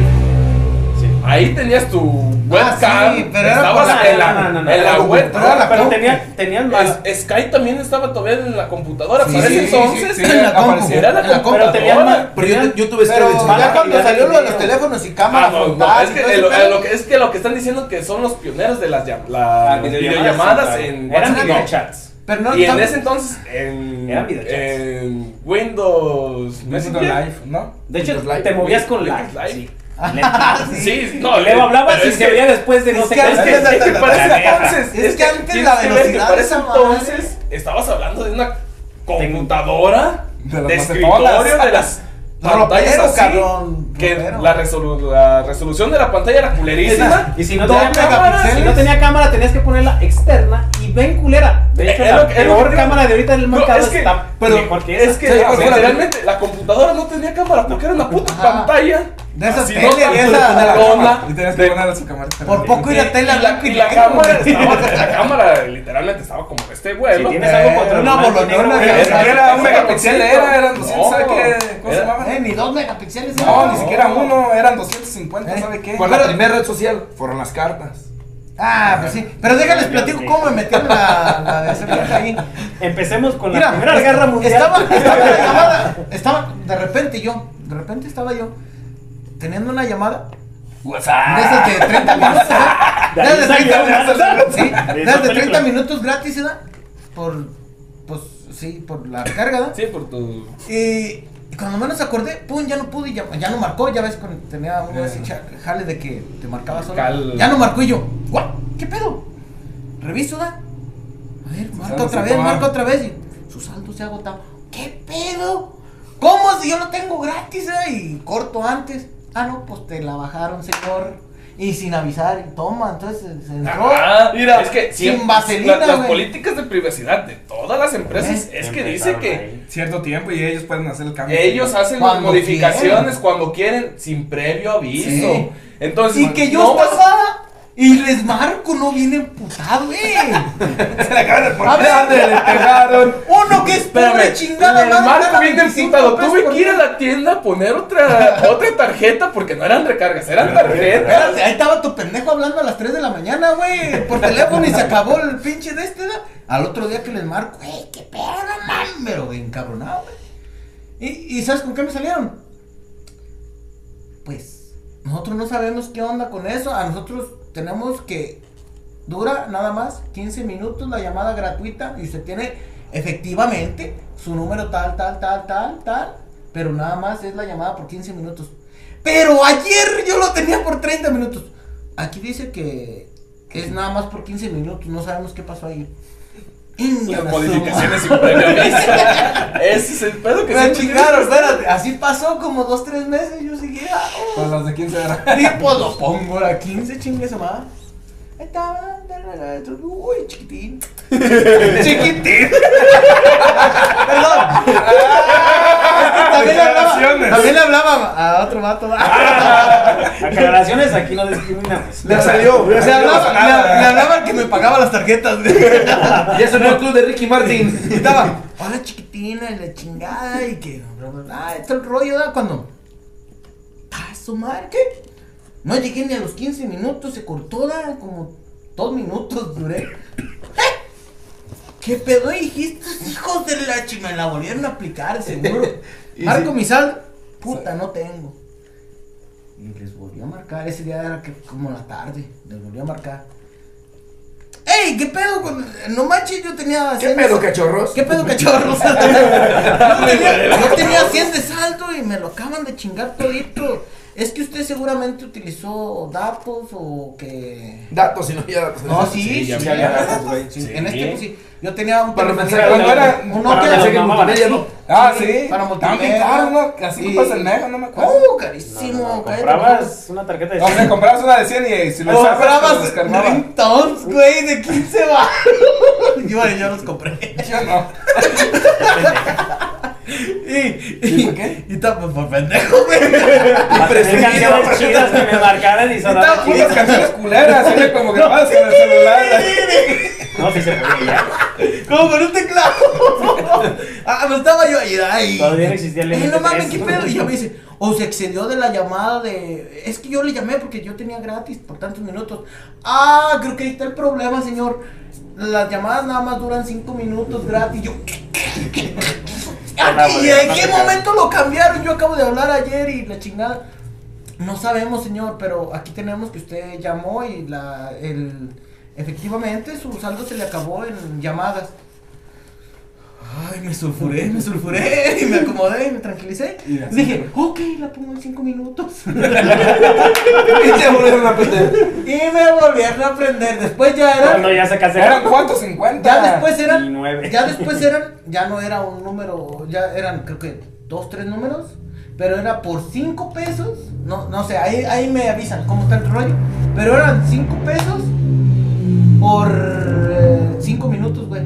A: Ahí tenías tu webcam.
B: sí, pero era
A: estabas
B: por
A: en la, en la web.
E: Pero, pero tenía, tenían más.
A: Es- Skype también estaba todavía en la computadora.
B: Sí,
A: Para ese
B: sí, sí,
A: entonces
C: sí, sí, apareció.
A: era la
B: En la compu,
A: computadora.
E: pero tenían más.
D: Pero yo, yo tuve Skype.
B: Pero
D: de
B: ya
D: chiquito.
E: mala
B: cuando
E: calidad
B: salió
E: de
B: lo de los
E: video.
B: teléfonos y
A: Ah,
B: cámara
A: no, no,
B: frontal
A: es,
B: y
A: que
B: todo
A: eh,
B: ese
A: lo, eh,
B: pedo.
A: lo que, es que lo que están diciendo que son los pioneros de las llam- la-
E: Ah,
A: videollamadas
E: sí,
A: en
E: claro.
A: WhatsApp.
E: Eran videochats.
B: Pero no
A: y en
B: estaba-
A: ese entonces, en,
E: Eran videochats.
A: en Windows
C: Messenger
A: Messenger,
C: Live, ¿no?
E: De hecho,
D: Windows Live.
E: te movías con
A: Windows
E: Live.
A: Live.
E: Sí. Lento.
A: Sí, no,
E: Y luego hablabas
A: pero
E: y
A: es
E: se
A: que-
E: veía después de no
B: es
E: sé
B: que
E: qué.
A: Es que,
B: antes
A: es que
B: la-
A: para ese
E: la neta.
A: entonces,
B: Es que antes
A: tienes
B: la
A: que ver
B: velocidad
A: que para
B: de
A: ese
B: esa madre.
A: entonces estabas hablando de una computadora de,
C: De las
A: escritorio
C: macetonas.
A: de las
B: Ropero,
A: pantallas así,
B: cabrón,
A: que
B: ropero.
A: la, resolu- la resolución de la pantalla era culerísima.
E: Y si no,
B: Dos
E: tenía cámara,
B: megapíxeles.
E: si no tenía cámara, tenías que ponerla externa y ven culera. De hecho,
A: Eh, Es
E: la
A: lo que- es lo
E: peor
A: que-
E: cámara de ahorita del
A: No,
E: mercado
A: es que-
E: está
A: pero
E: mejor que
A: es
E: esa.
A: que
C: Sí, pues,
A: literalmente la computadora no tenía cámara porque era una puta
B: Ajá.
A: pantalla
B: De esas
A: así,
B: tele,
A: no,
B: de
A: no,
B: esas-
A: no, no, no, no,
C: Y tenías que
A: de-
C: poner a su cámara.
B: Por poco y la tela
A: y la, y la cámara estaba, la cámara literalmente estaba como este
E: Si
A: vuelo.
E: tienes algo contra
B: una
E: el blanco y
B: bolonera,
E: negro,
C: Era,
E: güey,
A: Era-
C: era un
A: era
C: megapíxel, era, eran 200, ¿sabe qué?
A: No,
C: ¿Cómo se
A: era-
C: llamaba?
B: Eh, ni Eh, dos megapíxeles.
C: No,
B: ¿no?
C: ni siquiera uno, eran 250, ¿sabe qué?
D: Por la primera red social fueron las cartas.
B: Ah, pues sí. Pero déjales platico cómo me metieron la, la de hacer viaje ahí.
E: Empecemos con
B: Mira,
E: la Primera Guerra Mundial.
B: Estaba, estaba la llamada. Estaba, de repente yo, de repente estaba yo teniendo una llamada. De esas de 30 minutos. ¿eh? ¿verdad?
E: De
B: De esas
E: ahí
B: de
E: salió,
B: 30 minutos.
E: ¿verdad?
B: Sí,
E: De
B: de
E: esa
B: esas de 30
E: película.
B: minutos gratis, ¿verdad? Por, pues sí, por la carga, ¿verdad?
A: Sí, por tu.
B: Y y Eh, cuando menos acordé, pum, ya no pude, ya, ya no marcó, ya ves, cuando tenía uno de esos cha- jales de que te marcaba solo.
A: Cal-
B: Ya no marcó y yo, "Gua, ¿Qué pedo? Reviso, da. A ver, marca
C: saldo
B: otra
C: se
B: vez,
C: toma.
B: marca otra vez. Y su saldo se ha agotado. ¿Qué pedo? ¿Cómo si yo lo tengo gratis eh? y corto antes? Ah, no, pues te la bajaron, señor. Y sin avisar, y toma, entonces se- se entró.
A: Ah,
B: mira,
A: es que
B: sin
A: siempre-
B: vaselina,
A: la- las
B: güey.
A: políticas de privacidad de todas las empresas es que dice
E: Empezaron
A: que
E: ahí.
C: Cierto tiempo y ellos pueden hacer el cambio.
A: ellos hacen las
B: Cuando
A: modificaciones
B: quieren.
A: cuando quieren sin previo aviso.
B: Sí.
A: Entonces,
B: Y que yo
A: no vas-
B: estaba y les marco, no viene emputado, eh. güey.
C: se le acaban de
B: A
C: poner.
B: ver.
C: ¡Ande, le pegaron!
B: Uno que es
A: Espérame,
B: pobre chingada
A: el
B: madre,
A: marco
B: gana
A: viene
B: 25
A: emputado. Tuve
B: pesos
A: que ir a
B: por-
A: la tienda a poner otra, otra tarjeta porque no eran recargas, eran tarjetas.
B: Espérate, ahí estaba tu pendejo hablando a las 3 de la mañana, güey, por teléfono y se acabó el pinche de este. ¿no? Al otro día que les marco, güey, qué pedo, man, pero güey, encabronado, güey. ¿Y, ¿Y sabes con qué me salieron? Pues, nosotros no sabemos qué onda con eso, a nosotros tenemos que Dura nada más 15 minutos la llamada gratuita y usted tiene efectivamente su número tal, tal, tal, tal, tal, pero nada más es la llamada por 15 minutos. Pero ayer yo lo tenía por 30 minutos. Aquí dice que es nada más por 15 minutos, no sabemos qué pasó ahí. Inga
A: Las
B: la suma.
A: modificaciones sin previo aviso. Ese es el pedo que
B: Me
A: siempre
B: chingaron,
A: tienes.
B: espérate. Así pasó como 2, 3 meses. Yo seguía. oh.
C: Pues las de 15 eran.
B: Sí, pues lo pongo a 15 chingues más. Ahí estaba, uy, chiquitín. chiquitín. Perdón. Ah, también, le hablaba,
C: Declaraciones.
B: también le hablaba a otro vato.
E: Ah. Aclaraciones aquí no discriminamos.
D: Le salió.
B: Le hablaba, le, le hablaba al que me me pagaba las tarjetas, güey.
D: Y eso no es el club de Ricky Martin.
B: Y estaba, hola chiquitina, y la chingada, y que, bla, bla, bla, y todo el rollo, ¿verdad? Cuando, a su madre, ¿qué? No llegué ni a los 15 minutos, se cortó, ¿verdad? Como dos minutos duré. ¡Eh! ¿Qué pedo dijiste? Hijos de la chingada, la volvieron a aplicar, seguro.
D: Y
B: Marco
D: sí.
B: mi sal, puta, no tengo. Y les volvió a marcar, ese día era que- como la tarde, les volvió a marcar. ¡Ey! ¿Qué pedo con.? No manches, yo tenía.
D: ¿Qué
B: cien de-
D: pedo, cachorros?
B: ¿Qué pedo, cachorros? no, tenía, no tenía 100 de saldo y me lo acaban de chingar todito. Es que usted seguramente utilizó datos o que.
D: Datos, si no ya datos.
B: No, sí, sí,
E: ya
B: sí,
E: había
B: había
E: datos,
B: datos,
E: güey.
B: sí,
E: Sí.
B: En este, pues, sí. Yo tenía un.
D: Para los
B: teléfono-
C: cuando
D: mensajes,
C: era-
B: un
E: para
B: Nokia.
E: los
D: mensajes
E: mamaban
D: multimedia,
E: así.
D: no.
C: Ah, sí.
B: Para
C: Estaban bien
B: multimedia.
C: caros, ¿no? Así
B: Y-
C: compras el mega, no me acuerdo.
B: ¡Oh,
E: No,
B: carísimo!
E: no, no,
B: cállate,
E: comprabas una tarjeta de
C: O sea, comprabas una de 100 y eh, si lo usabas, lo
B: Comprabas
C: descargabas.
B: ringtones, güey, de 15 baros. Yo, yo los compré.
C: Yo no.
B: Y,
C: ¿Y por qué?
B: Y estaba pues, por pendejo, güey.
E: Para tener canciones chidas que me marcaran y sonaran
B: Estaba-
C: Unas
E: chidas.
C: canciones culeras, era como grabadas con el celular.
E: No, sí se podía ya.
B: Como con un teclado. ah, pues estaba yo ahí. Ay,
E: Todavía no existía el
B: Eh, no
E: MP3.
B: mames, qué pedo. Y yo me dice, o se excedió de la llamada de. Es que yo le llamé porque yo tenía gratis por tantos minutos. Ah, creo que ahí está el problema, señor. Las llamadas nada más duran cinco minutos gratis. Yo. Ay, Ah, ¿Y en qué momento lo cambiaron? Yo acabo de hablar ayer y la chingada. No sabemos, señor, pero aquí tenemos que usted llamó y la el efectivamente su saldo se le acabó en llamadas. Ay, me sulfuré, me sulfuré y me acomodé y me tranquilicé.
C: Y así
B: Dije, ok, la pongo en cinco minutos. y
D: Y te volvieron a aprender.
B: me volvieron a aprender. Después ya
E: Cuando
B: era.
E: ya se
C: ¿Eran
E: casaron.
C: cuántos? 50.
B: Ya después eran.
E: 19.
B: Ya después eran. Ya no era un número. Ya eran, creo que, dos, tres números. Pero era por cinco pesos. No, no sé, ahí, ahí me avisan cómo está el rollo. Pero eran cinco pesos por eh, cinco minutos, güey.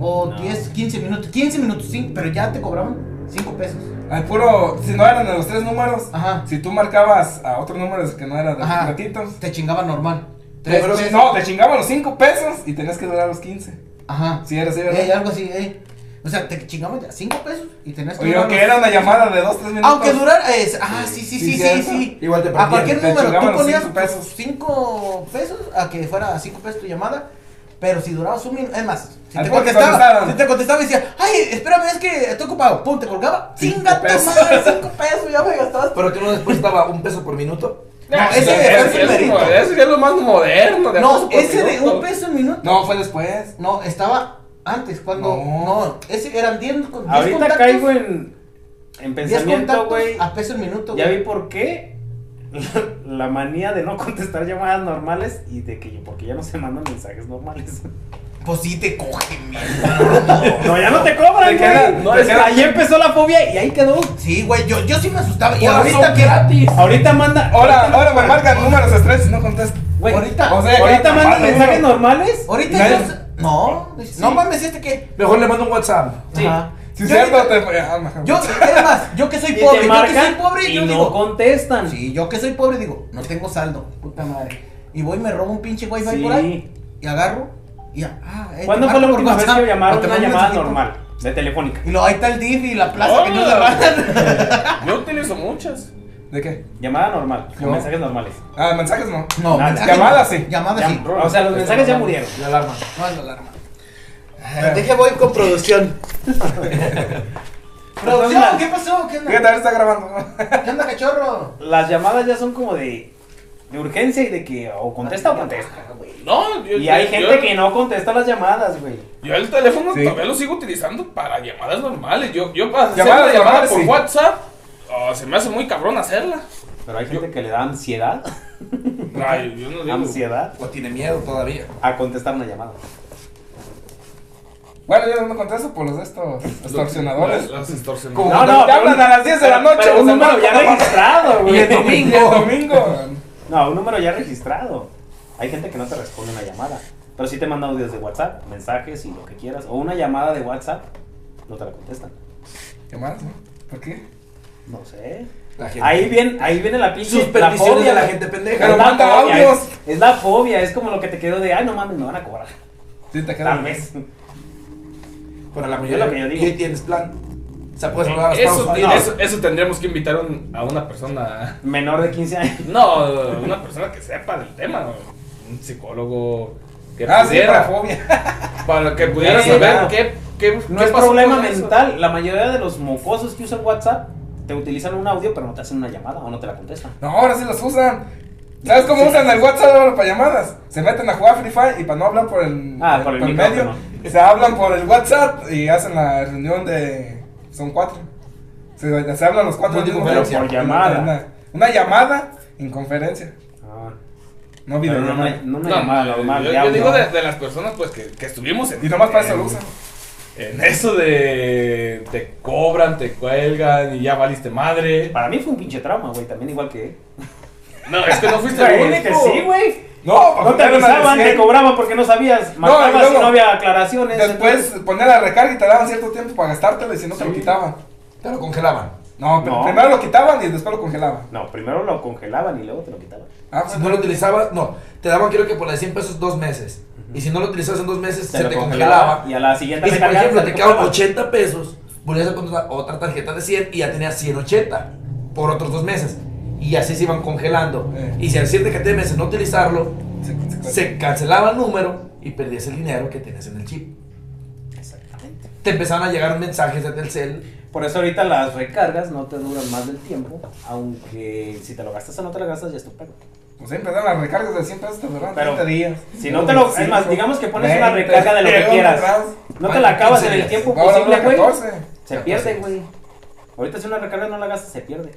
B: O
E: No.
B: 10, 15 minutos. 15 minutos, sí, pero ya te cobraban cinco pesos.
C: Al puro, si no eran de los tres números.
B: Ajá.
C: Si tú marcabas a otro número que no era de
B: Ajá.
C: ratitos.
B: Te chingaba normal. Tres
C: Pero si
B: pesos.
C: no, te chingaban los 5 pesos y tenías que durar los 15.
B: Ajá.
C: Si eres así,
B: Ey,
C: ¿verdad?
B: algo así, ey. O sea, te chingamos ya cinco pesos y tenías
C: Oye,
B: durar
C: que
B: los-
C: era una llamada de 2, 3 minutos.
B: Aunque durara es, ah, sí, sí,
C: Sí,
B: sí, sí,
C: cierto.
B: sí.
D: Igual te
B: A
D: perdían.
B: cualquier
C: te
B: número,
C: chingaban
B: tú
C: los
B: ponías
C: cinco
B: pesos.
C: pesos.
B: 5 pesos a que fuera 5 pesos tu llamada, pero si duraba un minuto, es más, si
C: Al
B: te
C: cual te
B: contestaba,
C: contestaron.
B: si te contestaba y decía, ay, espérame, es que estoy ocupado, pum, te colgaba,
C: Cinco
B: chinga tu
C: pesos.
B: madre, 5 pesos, ya me gastabas.
D: Pero que uno después daba un peso por minuto.
B: No, ese
A: Eso
B: es
A: ya es
B: primerito.
A: mo- eso ya es lo más moderno. de
B: No,
A: aplauso por
B: ese de
A: minuto.
B: un peso al minuto,
C: No, fue después.
B: no, estaba antes, cuando,
C: No.
B: no, ese eran 10 con- 10
E: Ahorita
B: contactos,
E: caigo en,
B: 10
E: en pensamiento,
B: contactos Ah,
E: güey.
B: a peso al minuto,
E: Ya
B: güey.
E: vi por qué la manía de no contestar llamadas normales y de que porque ya no se mandan mensajes normales.
B: Pues sí te cogen, mierda.
E: No, ya no te cobran,
C: Te queda-
E: güey.
C: no,
E: Te
C: es
E: queda-
C: que-
E: ahí empezó la fobia y ahí quedó.
B: Sí, güey, yo, yo sí me asustaba. Y
D: Por
B: ahorita
D: razón
B: que.
D: gratis.
E: Ahorita manda.
C: Ahora, ahora me marcan números estrés y no contesto.
E: güey,
B: ahorita-
C: O sea,
E: ahorita
C: que-
E: mandan
C: no,
E: mensajes
C: no.
E: normales.
B: Ahorita
C: Nadie-
B: yo. No, no mames, este que.
D: Mejor le mando un WhatsApp.
B: Ajá.
C: Si
B: yo,
C: es cierto,
B: ahorita-
C: te. ah, mejor.
B: yo, es más, yo que soy
E: Y
B: pobre,
E: te
B: yo que soy
E: marcan
B: pobre,
E: y
B: yo
E: no
B: digo.
E: contestan.
B: Sí, yo que soy pobre, digo, no tengo saldo, puta madre. Y voy y me robo un pinche wifi
E: Sí.
B: por ahí. Y agarro. Y ya. Ah, eh, te
E: ¿Cuándo fue
B: marco
E: la
B: por
E: última vez
B: WhatsApp,
E: que
B: o
E: llamaron
B: te
E: una
B: mando un
E: llamada
B: mensajito.
E: normal Oh. de telefónica?
B: Y luego ahí está el DIF y la plaza que no
A: Hola.
B: se bajan.
A: Yo utilizo muchas.
C: ¿De qué?
E: Llamada normal, con
C: No.
E: mensajes normales.
C: Ah, mensajes no.
B: No,
E: Nada.
B: mensaje no.
C: Llamadas sí.
B: Llamadas
E: Ya-
B: Ah, sí. Pues,
E: o sea, los mensajes ya murieron.
D: La alarma.
B: No es la alarma.
H: Deje voy con producción.
B: Producción, ¿qué pasó? ¿Qué
C: Fíjate,
B: onda?
C: ahora está grabando. ¿no?
B: ¿Qué onda, cachorro?
E: Las llamadas ya son como de, de urgencia y de que o contesta o
B: Ah,
E: contesta.
A: No, yo,
E: Y hay
A: yo-
E: gente
A: yo-
E: que no contesta las llamadas, güey.
A: Yo el teléfono
C: Sí.
A: todavía lo sigo utilizando para llamadas normales. Yo, yo para hacer
C: Llamadas
A: una llamada
C: normales,
A: por
C: sí.
A: WhatsApp, ah, se me hace muy cabrón hacerla.
E: Pero hay gente que le da ansiedad,
A: No, yo, yo no digo.
E: ansiedad
D: O tiene miedo todavía.
E: a contestar una llamada.
C: Bueno, yo no contesto por los de estos extorsionadores.
A: Los, los
C: Como
A: extorsionadores.
E: No,
C: te
E: no, pero
C: hablan
E: un-
C: a las 10 de la
E: pero-
C: noche.
E: pero
C: o
E: un
C: sea,
E: número
C: no,
E: ya
C: no,
E: registrado,
C: Y
E: güey.
C: el domingo. Y el domingo.
E: No, un número ya registrado. Hay gente que no te responde una llamada. Pero sí te manda audios de WhatsApp, mensajes y lo que quieras. O una llamada de WhatsApp, no te la contestan.
C: ¿Qué más? no? ¿Por qué?
E: No sé.
D: La gente.
E: Ahí viene, ahí viene la pinche.
D: Sus
E: la
D: peticiones de la
E: güey.
D: gente
E: Es
D: pendeja.
E: la
D: Pero manda
E: fobia,
D: audios.
E: Es, es la fobia, es como lo que te quedó de, ay, no mames, me van a cobrar.
C: Sí, te quedas-
E: Tal vez.
D: Para la
E: Es lo que yo
D: mayoría.
E: digo. Eh,
D: ¿Qué tienes plan? O sea, puedes volar a Estados
A: Eso,
D: Unidos.
A: eso, eso tendríamos que invitar un- a una persona.
E: Menor de 15 años.
A: No, una persona que sepa del tema. Un psicólogo que
C: Ah, sí,
A: pudiera.
C: para fobia.
A: para que pudiera
E: Sí,
A: saber
E: claro.
A: qué, qué,
E: No
A: qué
E: es
A: pasó
E: problema
A: con eso.
E: mental. La mayoría de los mocosos que usan WhatsApp te utilizan un audio, pero no te hacen una llamada o no te la contestan.
C: No, ahora sí los usan. ¿Sabes cómo usan el WhatsApp ahora para llamadas? Se meten a jugar Free Fire y para no hablar por el,
E: Ah, por el micrófono.
C: se hablan por el WhatsApp y hacen la reunión de. Son cuatro. Se, se hablan los cuatro al mismo
E: Pero
C: tiempo.
E: por llamada.
C: Una, una llamada en conferencia. No
E: Pero no,
C: videollamada.
E: una- no una
A: Ah. No,
E: llamada normal.
A: yo,
E: de
A: yo
E: audio.
A: digo de, de las personas pues que, que estuvimos en,
C: Y nomás para
E: Eh.
C: eso lo
A: en-
C: usan.
A: en eso de te cobran, te cuelgan y ya valiste madre.
E: Para mí fue un pinche trauma, güey. También igual que.
A: No, es que no fuiste el
E: Créeme que
A: único.
E: sí, güey.
C: Ah, No,
E: No te
C: mandaron a
E: avisaban, te
C: decir-
E: cobraban porque no sabías.
C: No, y
E: Marcabas y
C: luego-
E: no había aclaraciones.
C: Después
E: Pues, entonces-
C: poner la recarga y te daban cierto tiempo para gastártelo y si no te lo quitaban.
D: Te lo congelaban.
C: No, pr-
E: No.
C: primero lo quitaban y después lo congelaban.
E: No, primero lo congelaban y luego te lo quitaban.
C: Ah,
D: Si
C: pues,
D: no lo utilizabas, no. Te daban, creo que por la de 100 pesos, dos meses. Y si no lo utilizabas en dos meses, se
E: lo
D: te
E: congelaba
D: congelaba.
E: Y a la siguiente
D: Y si, por
E: recarga
D: ejemplo,
E: se
D: te
E: lo
D: quedaban
E: cobraba.
D: 80 pesos, volvías a contratar otra tarjeta de 100 y ya tenías 180 por otros dos meses. Y así se iban congelando.
C: Eh.
D: Y si al siguiente que te meses no utilizarlo,
C: se- se-
D: se cancelaba el número y perdías el dinero que tenías en el chip.
E: Exactamente.
D: Te empezaban a llegar mensajes de Telcel.
E: Por eso ahorita las recargas no te duran más del tiempo, aunque si te lo gastas o no te lo gastas ya es tu pedo.
C: Pues ahí empezaron las recargas de 100 pesos, te duraban
E: Pero,
C: 30 días.
E: Si no te lo, es más, digamos que pones una recarga de lo que quieras, no te la acabas en el tiempo
C: Ahora
E: posible,
C: dura
E: güey.
C: 14.
E: Se pierde, güey. Ahorita si una recarga no la gastas se pierde.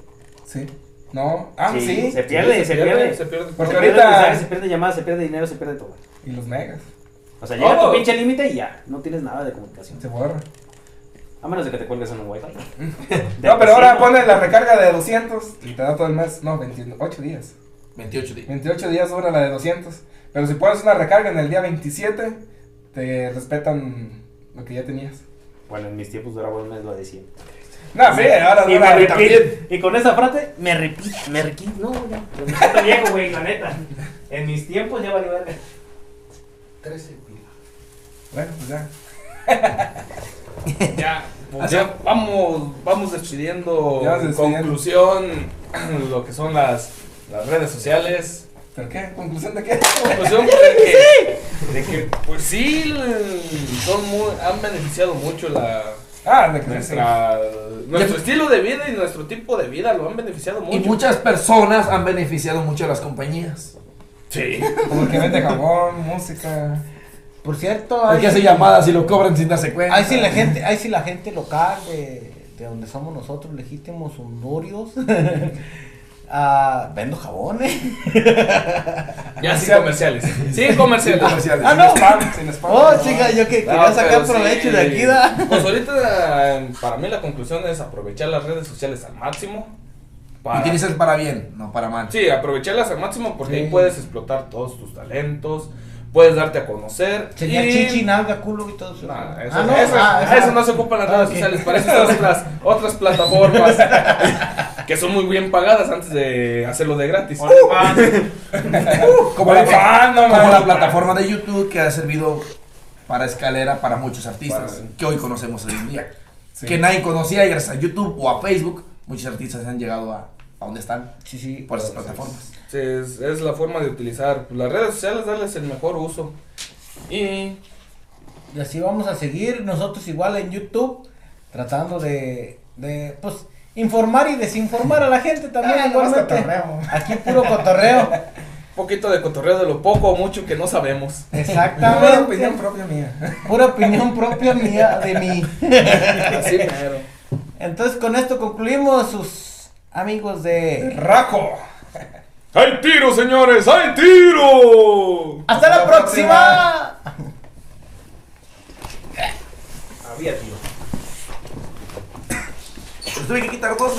C: Sí. No. Ah, sí.
E: Se pierde, se pierde.
A: Se pierde.
C: Porque
E: se pierde
C: ahorita-
E: mensajes, se pierde llamadas, se pierde dinero, se pierde todo.
C: Y los megas.
E: O sea, llega
A: Todo.
E: tu pinche límite y ya, no tienes nada de comunicación.
C: Se borra.
E: A menos de que te cuelgues en un wifi.
C: No, pero ahora pones la recarga de 200 y te da todo el mes. No, 28 días.
D: 28 días.
C: 28 días dura la de 200. Pero si pones una recarga en el día 27, te respetan lo que ya tenías.
E: Bueno, en mis tiempos duraba un mes lo de 100. Ah,
C: No, sí, ahora
E: Y, me
C: dura
E: repito.
C: también.
E: y con esa frase, me repito, me repito. No, ya. pero Me siento viejo, güey, la neta. En mis tiempos ya valió verga.
D: 13 mil.
C: Bueno, pues ya.
A: Ya, pues ya vamos, vamos despidiendo
C: Ya vamos
A: en
C: despidiendo.
A: conclusión lo que son las, las redes sociales.
C: ¿Pero qué? ¿Conclusión de qué?
A: Conclusión pues, de que, de que, pues sí, son muy, han beneficiado mucho la,
C: Ah, de que sí.
A: nuestra, nuestro estilo de vida y nuestro tipo de vida lo han beneficiado
D: Y
A: mucho.
D: muchas personas han beneficiado mucho a las compañías.
A: Sí.
C: Como el que vende jabón, música.
B: Por cierto,
D: Hay que hacer llamadas y lo cobran sin darse cuenta.
B: Ahí sí la gente, ahí sí la gente local de, de donde somos nosotros, legítimos hondurios. ah, vendo eh. jabones.
A: Ya sin comerciales. Sin comerciales.
B: Ah,
C: Sin
B: no.
C: spam, sin spam.
B: Oh,
C: no.
B: chica, yo que
A: No,
B: quería sacar
A: pero
B: provecho
A: sí.
B: de aquí, da.
A: Pues ahorita, eh, para mí la conclusión es aprovechar las redes sociales al máximo. para-
D: Utilizas para bien, no para mal.
A: Sí, aprovecharlas al máximo porque ahí puedes explotar todos tus talentos, puedes darte a conocer.
B: Sería
A: y-
B: chichi, nalga, culo y todo eso.
A: Nah, eso,
B: Ah, no,
A: eso-
B: ah, esa-
A: eso no se ocupan las
B: Ah,
A: redes
B: ok.
A: sociales, para eso están otras, otras plataformas que son muy bien pagadas antes de hacerlo de gratis.
D: Como la,
C: Ah, no,
D: como
C: man.
D: la plataforma de YouTube que ha servido para escalera para muchos artistas que hoy conocemos hoy en día.
C: Sí.
D: Que nadie conocía y gracias a YouTube o a Facebook muchos artistas han llegado a, a donde están
B: Sí, sí.
D: por esas plataformas.
A: Sí, es, es la forma de utilizar pues, las redes sociales, darles el mejor uso. Y
B: Y así vamos a seguir nosotros igual en YouTube, tratando de, de pues, informar y desinformar a la gente también
C: Ah, nomás
B: igualmente.
C: cotorreo.
B: Aquí puro cotorreo.
A: poquito de cotorreo de lo poco o mucho que no sabemos.
C: Una
B: Exactamente.
C: opinión propia mía.
B: Pura opinión propia mía de mí.
A: Así mero.
B: Entonces con esto concluimos sus amigos de...
C: Raco.
A: ¡Hay tiro, señores! ¡Hay tiro!
B: ¡Hasta la próxima!
E: Había, tío.
D: Pues tuve que quitar dos